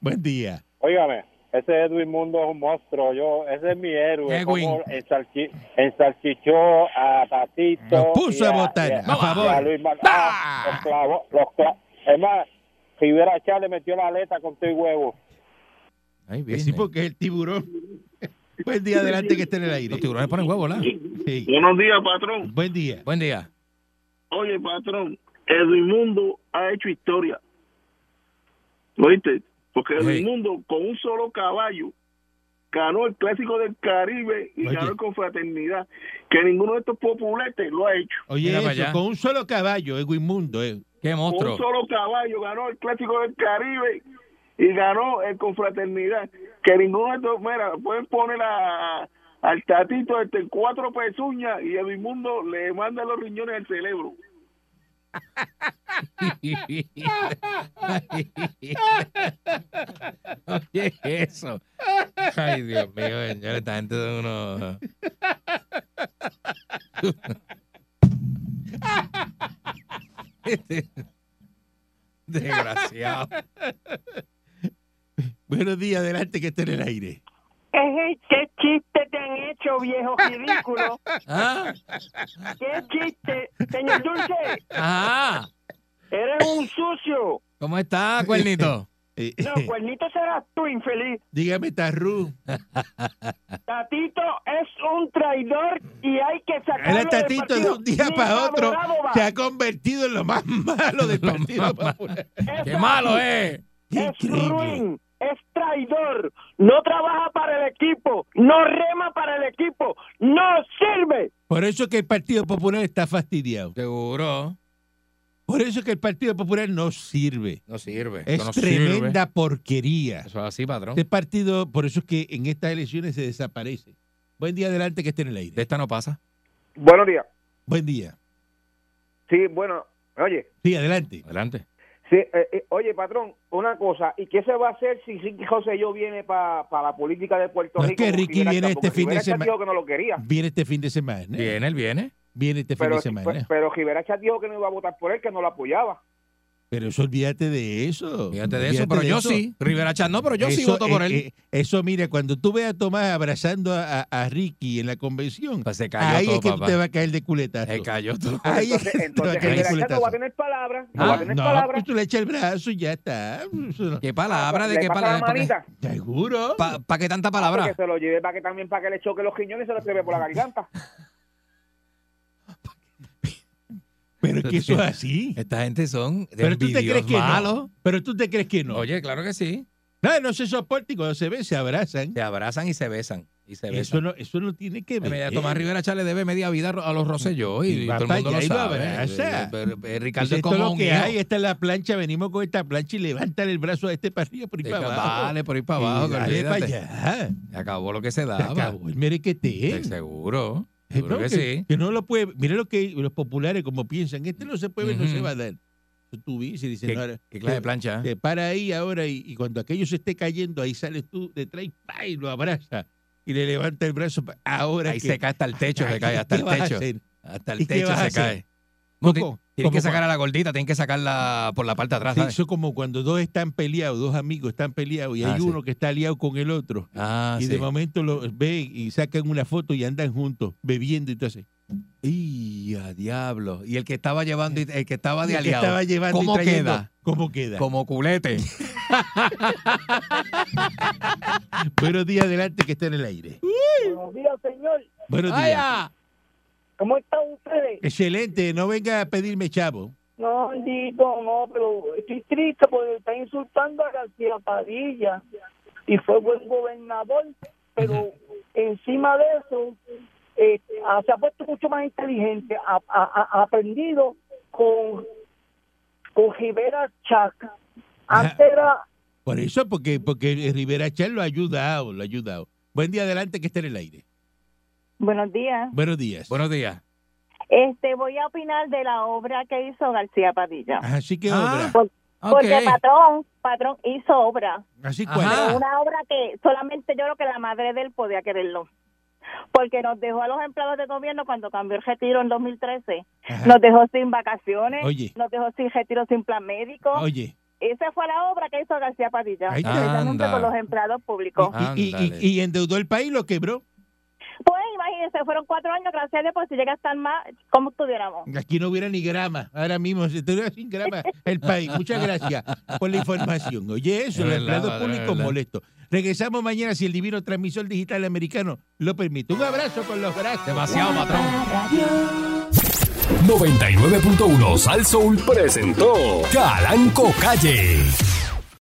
Speaker 3: Buen día.
Speaker 11: Óigame, ese Edwin Mundo es un monstruo. Yo, ese es mi héroe.
Speaker 4: Edwin.
Speaker 11: Como ensalchi- ensalchichó a Tatito.
Speaker 3: Lo puso
Speaker 11: y
Speaker 3: a votar,
Speaker 11: y
Speaker 3: a favor.
Speaker 11: y a Luis Mar- ah, los clavó- los cla- es más, Rivera Chá le metió la aleta con tu huevo.
Speaker 4: Ay,
Speaker 3: Que
Speaker 4: bien.
Speaker 3: sí, porque es el tiburón. Buen día adelante, que está en el aire.
Speaker 4: Los tiburones ponen huevo, ¿verdad?
Speaker 3: Sí.
Speaker 12: Buenos días, patrón.
Speaker 3: Buen día.
Speaker 4: Buen día.
Speaker 12: Oye, patrón, Edmundo ha hecho historia. ¿Oíste? Porque
Speaker 4: Sí.
Speaker 12: Edmundo, con un solo caballo, ganó el Clásico del Caribe y
Speaker 3: Oye.
Speaker 12: ganó el Confraternidad. Que ninguno de estos populetes lo ha hecho.
Speaker 3: Oye,
Speaker 4: Mira para
Speaker 3: eso,
Speaker 4: allá.
Speaker 3: con un solo caballo, Edwin Mundo. eh.
Speaker 4: Qué
Speaker 12: Con
Speaker 4: monstruo.
Speaker 12: un solo caballo ganó el Clásico del Caribe y ganó el Confraternidad. Que ninguno de estos, mira, pueden poner a, al tatito este cuatro pezuñas y Edmundo le manda los riñones al cerebro.
Speaker 4: Oye, eso. Ay, Dios mío, señor, esta gente de uno. Desgraciado.
Speaker 3: Buenos días adelante, que está en el aire.
Speaker 8: ¿Qué chiste te han hecho, viejo ridículo?
Speaker 4: ¿Ah?
Speaker 8: ¿Qué chiste? Señor Dulce,
Speaker 4: Ajá.
Speaker 8: eres un sucio.
Speaker 4: ¿Cómo está, cuernito?
Speaker 3: Eh,
Speaker 8: No, cuernito serás tú, infeliz.
Speaker 3: Dígame, Tarru.
Speaker 8: Tatito es un traidor y hay que sacarlo
Speaker 3: Ahora
Speaker 8: del
Speaker 3: Tatito de
Speaker 8: partido.
Speaker 3: un día
Speaker 8: Ni
Speaker 3: para
Speaker 8: bravo,
Speaker 3: otro
Speaker 8: bravo va.
Speaker 3: se ha convertido en lo más malo del Partido Popular.
Speaker 8: Eso sí. Es
Speaker 3: Increíble.
Speaker 8: ruin, es traidor, no trabaja para el equipo, no rema para el equipo, no sirve.
Speaker 3: Por eso es que el Partido Popular está fastidiado. Seguro. Por eso es que el Partido Popular no sirve.
Speaker 4: No sirve.
Speaker 3: Es
Speaker 4: Eso no
Speaker 3: tremenda
Speaker 4: sirve.
Speaker 3: porquería.
Speaker 4: Eso es así, patrón.
Speaker 3: Este partido, por eso es que en estas elecciones se desaparece. Buen día adelante que esté en el aire.
Speaker 4: De esta no pasa.
Speaker 9: Buenos días.
Speaker 3: Buen día.
Speaker 9: Sí, bueno, oye,
Speaker 3: Sí, adelante.
Speaker 4: Adelante.
Speaker 9: sí, eh, eh, oye, patrón, una cosa, ¿y qué se va a hacer si Ricky José yo viene para la política de Puerto
Speaker 3: No es
Speaker 9: Rico?
Speaker 3: que
Speaker 9: con
Speaker 3: Ricky
Speaker 9: Rivera
Speaker 3: viene
Speaker 9: Chá?
Speaker 3: este
Speaker 9: Porque
Speaker 3: fin de
Speaker 9: Rivera Chá
Speaker 3: semana.
Speaker 9: dijo que no lo quería.
Speaker 3: Viene este fin de semana.
Speaker 4: Viene, él viene.
Speaker 3: Viene este fin
Speaker 9: Pero,
Speaker 3: de semana.
Speaker 9: pe- pero Rivera Chá dijo que no iba a votar por él, que no lo apoyaba.
Speaker 3: Pero eso, olvídate de eso.
Speaker 4: Fíjate de eso, pero yo sí. Rivera Chat no, pero yo sí
Speaker 3: Eso,
Speaker 4: voto por
Speaker 3: eh,
Speaker 4: él.
Speaker 3: eh, eso, mira, cuando tú veas a Tomás abrazando a, a- a Ricky en la convención,
Speaker 4: Pues cayó
Speaker 3: ahí eh,
Speaker 4: todo,
Speaker 3: es que
Speaker 4: papá.
Speaker 3: te va a caer de culetazo.
Speaker 4: Se cayó todo.
Speaker 3: Ahí es que te va a
Speaker 9: Entonces
Speaker 3: caer de
Speaker 9: Rivera Chá no
Speaker 3: culetazo.
Speaker 9: va a tener palabra, no va a
Speaker 3: Ah,
Speaker 9: tener
Speaker 3: no,
Speaker 9: palabra.
Speaker 3: pues tú le echas el brazo y ya está.
Speaker 4: ¿Qué palabra? ¿De
Speaker 9: Le
Speaker 4: qué
Speaker 9: pasa
Speaker 4: palabra?
Speaker 9: la
Speaker 4: ¿Por qué?
Speaker 9: manita.
Speaker 3: Seguro.
Speaker 4: ¿Para qué tanta
Speaker 9: Que
Speaker 4: palabra?
Speaker 9: se lo lleve para que también para que le choque los riñones y se lo lleve por la garganta.
Speaker 3: Pero es que eso es así.
Speaker 4: Esta gente son de
Speaker 3: Pero tú te crees que
Speaker 4: malos.
Speaker 3: no. Pero tú te crees que no.
Speaker 4: Oye, claro que sí.
Speaker 3: No, no se soportan y cuando se ven se abrazan.
Speaker 4: Se abrazan y se besan. Y se
Speaker 3: Eso
Speaker 4: besan.
Speaker 3: no, eso no tiene que ver.
Speaker 4: Mira, Tomás Rivera Chá le debe media vida a los Rosselló y,
Speaker 3: Y
Speaker 4: y
Speaker 3: va
Speaker 4: todo el
Speaker 3: para
Speaker 4: mundo lo
Speaker 3: allá y lo
Speaker 4: sabe.
Speaker 3: abraza.
Speaker 4: Eh, pero, eh,
Speaker 3: Dice,
Speaker 4: Ricardo es
Speaker 3: Pues esto es
Speaker 4: como
Speaker 3: lo
Speaker 4: un
Speaker 3: que
Speaker 4: hijo.
Speaker 3: hay, esta es la plancha, venimos con esta plancha y levántale el brazo a este para arriba, por ahí
Speaker 4: Eh,
Speaker 3: para abajo.
Speaker 4: Vale, por ir para
Speaker 3: Y
Speaker 4: abajo. que
Speaker 3: dale para
Speaker 4: olvídate.
Speaker 3: allá. pues,
Speaker 4: Se acabó lo que se
Speaker 3: Se
Speaker 4: daba.
Speaker 3: acabó el merequete.
Speaker 4: Eh, Seguro.
Speaker 3: Eh,
Speaker 4: Seguro
Speaker 3: no,
Speaker 4: que,
Speaker 3: que,
Speaker 4: sí.
Speaker 3: que no lo puede, mira lo que los populares como piensan, este no se puede, no
Speaker 4: Ujú.
Speaker 3: se va a dar. Pues Tú ves y dices,
Speaker 4: ¿Qué-
Speaker 3: no, ahora-
Speaker 4: qué clase de
Speaker 3: te-
Speaker 4: plancha?
Speaker 3: Te para ahí ahora y, y cuando aquello se esté cayendo, ahí sales tú detrás y, ¡pa! y lo abraza y le levanta el brazo. pa- Ahora
Speaker 4: Ahí
Speaker 3: que-
Speaker 4: se cae hasta el techo, se
Speaker 3: Ay,
Speaker 4: cae
Speaker 3: ¿qué
Speaker 4: hasta el
Speaker 3: vas a
Speaker 4: techo.
Speaker 3: hacer?
Speaker 4: Hasta
Speaker 3: ¿Y
Speaker 4: el
Speaker 3: qué
Speaker 4: techo
Speaker 3: vas a
Speaker 4: se
Speaker 3: hacer?
Speaker 4: cae. No, ti-
Speaker 3: Como-
Speaker 4: Tienes que
Speaker 3: como
Speaker 4: sacar a la gordita, tienes que sacarla por la parte de atrás.
Speaker 3: Sí,
Speaker 4: ¿sabes?
Speaker 3: eso es como cuando dos están peleados, dos amigos están peleados y
Speaker 4: Ah,
Speaker 3: hay
Speaker 4: sí.
Speaker 3: uno que está aliado con el otro.
Speaker 4: Ah,
Speaker 3: y de
Speaker 4: sí.
Speaker 3: momento lo ven y sacan una foto y andan juntos bebiendo y todo así. ¡Y a diablo!
Speaker 4: Y el que estaba llevando, y- el que estaba de
Speaker 3: Eh, El que
Speaker 4: aliado.
Speaker 3: estaba llevando y
Speaker 4: ¿Cómo
Speaker 3: trayendo,
Speaker 4: queda?
Speaker 3: ¿Cómo queda?
Speaker 4: Como culete.
Speaker 3: Buenos días, adelante, que está en el aire.
Speaker 8: Buenos días, señor.
Speaker 3: Buenos días.
Speaker 4: ah!
Speaker 3: Vaya.
Speaker 8: ¿Cómo están ustedes?
Speaker 3: Excelente, no venga a pedirme chavo.
Speaker 8: No, digo, no, pero estoy triste porque está insultando a García Padilla y fue buen gobernador, pero encima de eso eh, ah, se ha puesto mucho más inteligente, ha, ha- ha aprendido con, con Rivera Chac. Antes era
Speaker 3: Por eso, porque, porque Rivera Chal lo ha ayudado, lo ha ayudado. Buen día, adelante, que está en el aire.
Speaker 13: Buenos días.
Speaker 3: Buenos días.
Speaker 4: Buenos días.
Speaker 13: Este, voy a opinar de la obra que hizo García Padilla.
Speaker 3: Así que obra.
Speaker 13: Por-
Speaker 3: Ah. ok.
Speaker 8: pues,
Speaker 13: Porque Patrón, Patrón hizo obra.
Speaker 3: Así
Speaker 13: Pero
Speaker 3: cual.
Speaker 13: una obra que solamente yo creo que la madre de él podía quererlo. Porque nos dejó a los empleados de gobierno cuando cambió el retiro en 2013. Nos dejó sin vacaciones,
Speaker 3: Oye.
Speaker 13: nos dejó sin retiro, sin plan médico.
Speaker 3: Oye.
Speaker 13: Esa fue la obra que hizo García Padilla,
Speaker 3: Ahí está.
Speaker 13: precisamente
Speaker 3: Anda.
Speaker 13: con los empleados públicos.
Speaker 3: Y, y- y- y endeudó el país, lo quebró.
Speaker 13: Pues imagínense, fueron cuatro años, gracias a Dios, porque si llega a estar más, ¿cómo estuviéramos?
Speaker 3: Aquí no hubiera ni grama. Ahora mismo se estuviera sin grama el país. Muchas gracias por la información. Oye, eso,
Speaker 4: Es
Speaker 3: los
Speaker 4: verdad,
Speaker 3: empleados
Speaker 4: es
Speaker 3: públicos
Speaker 4: verdad.
Speaker 3: molestos. Regresamos mañana si el divino transmisor digital americano lo permite. Un abrazo con los brazos.
Speaker 4: Demasiado, patrón.
Speaker 1: 99.1 Sal Soul presentó Calanco Calle.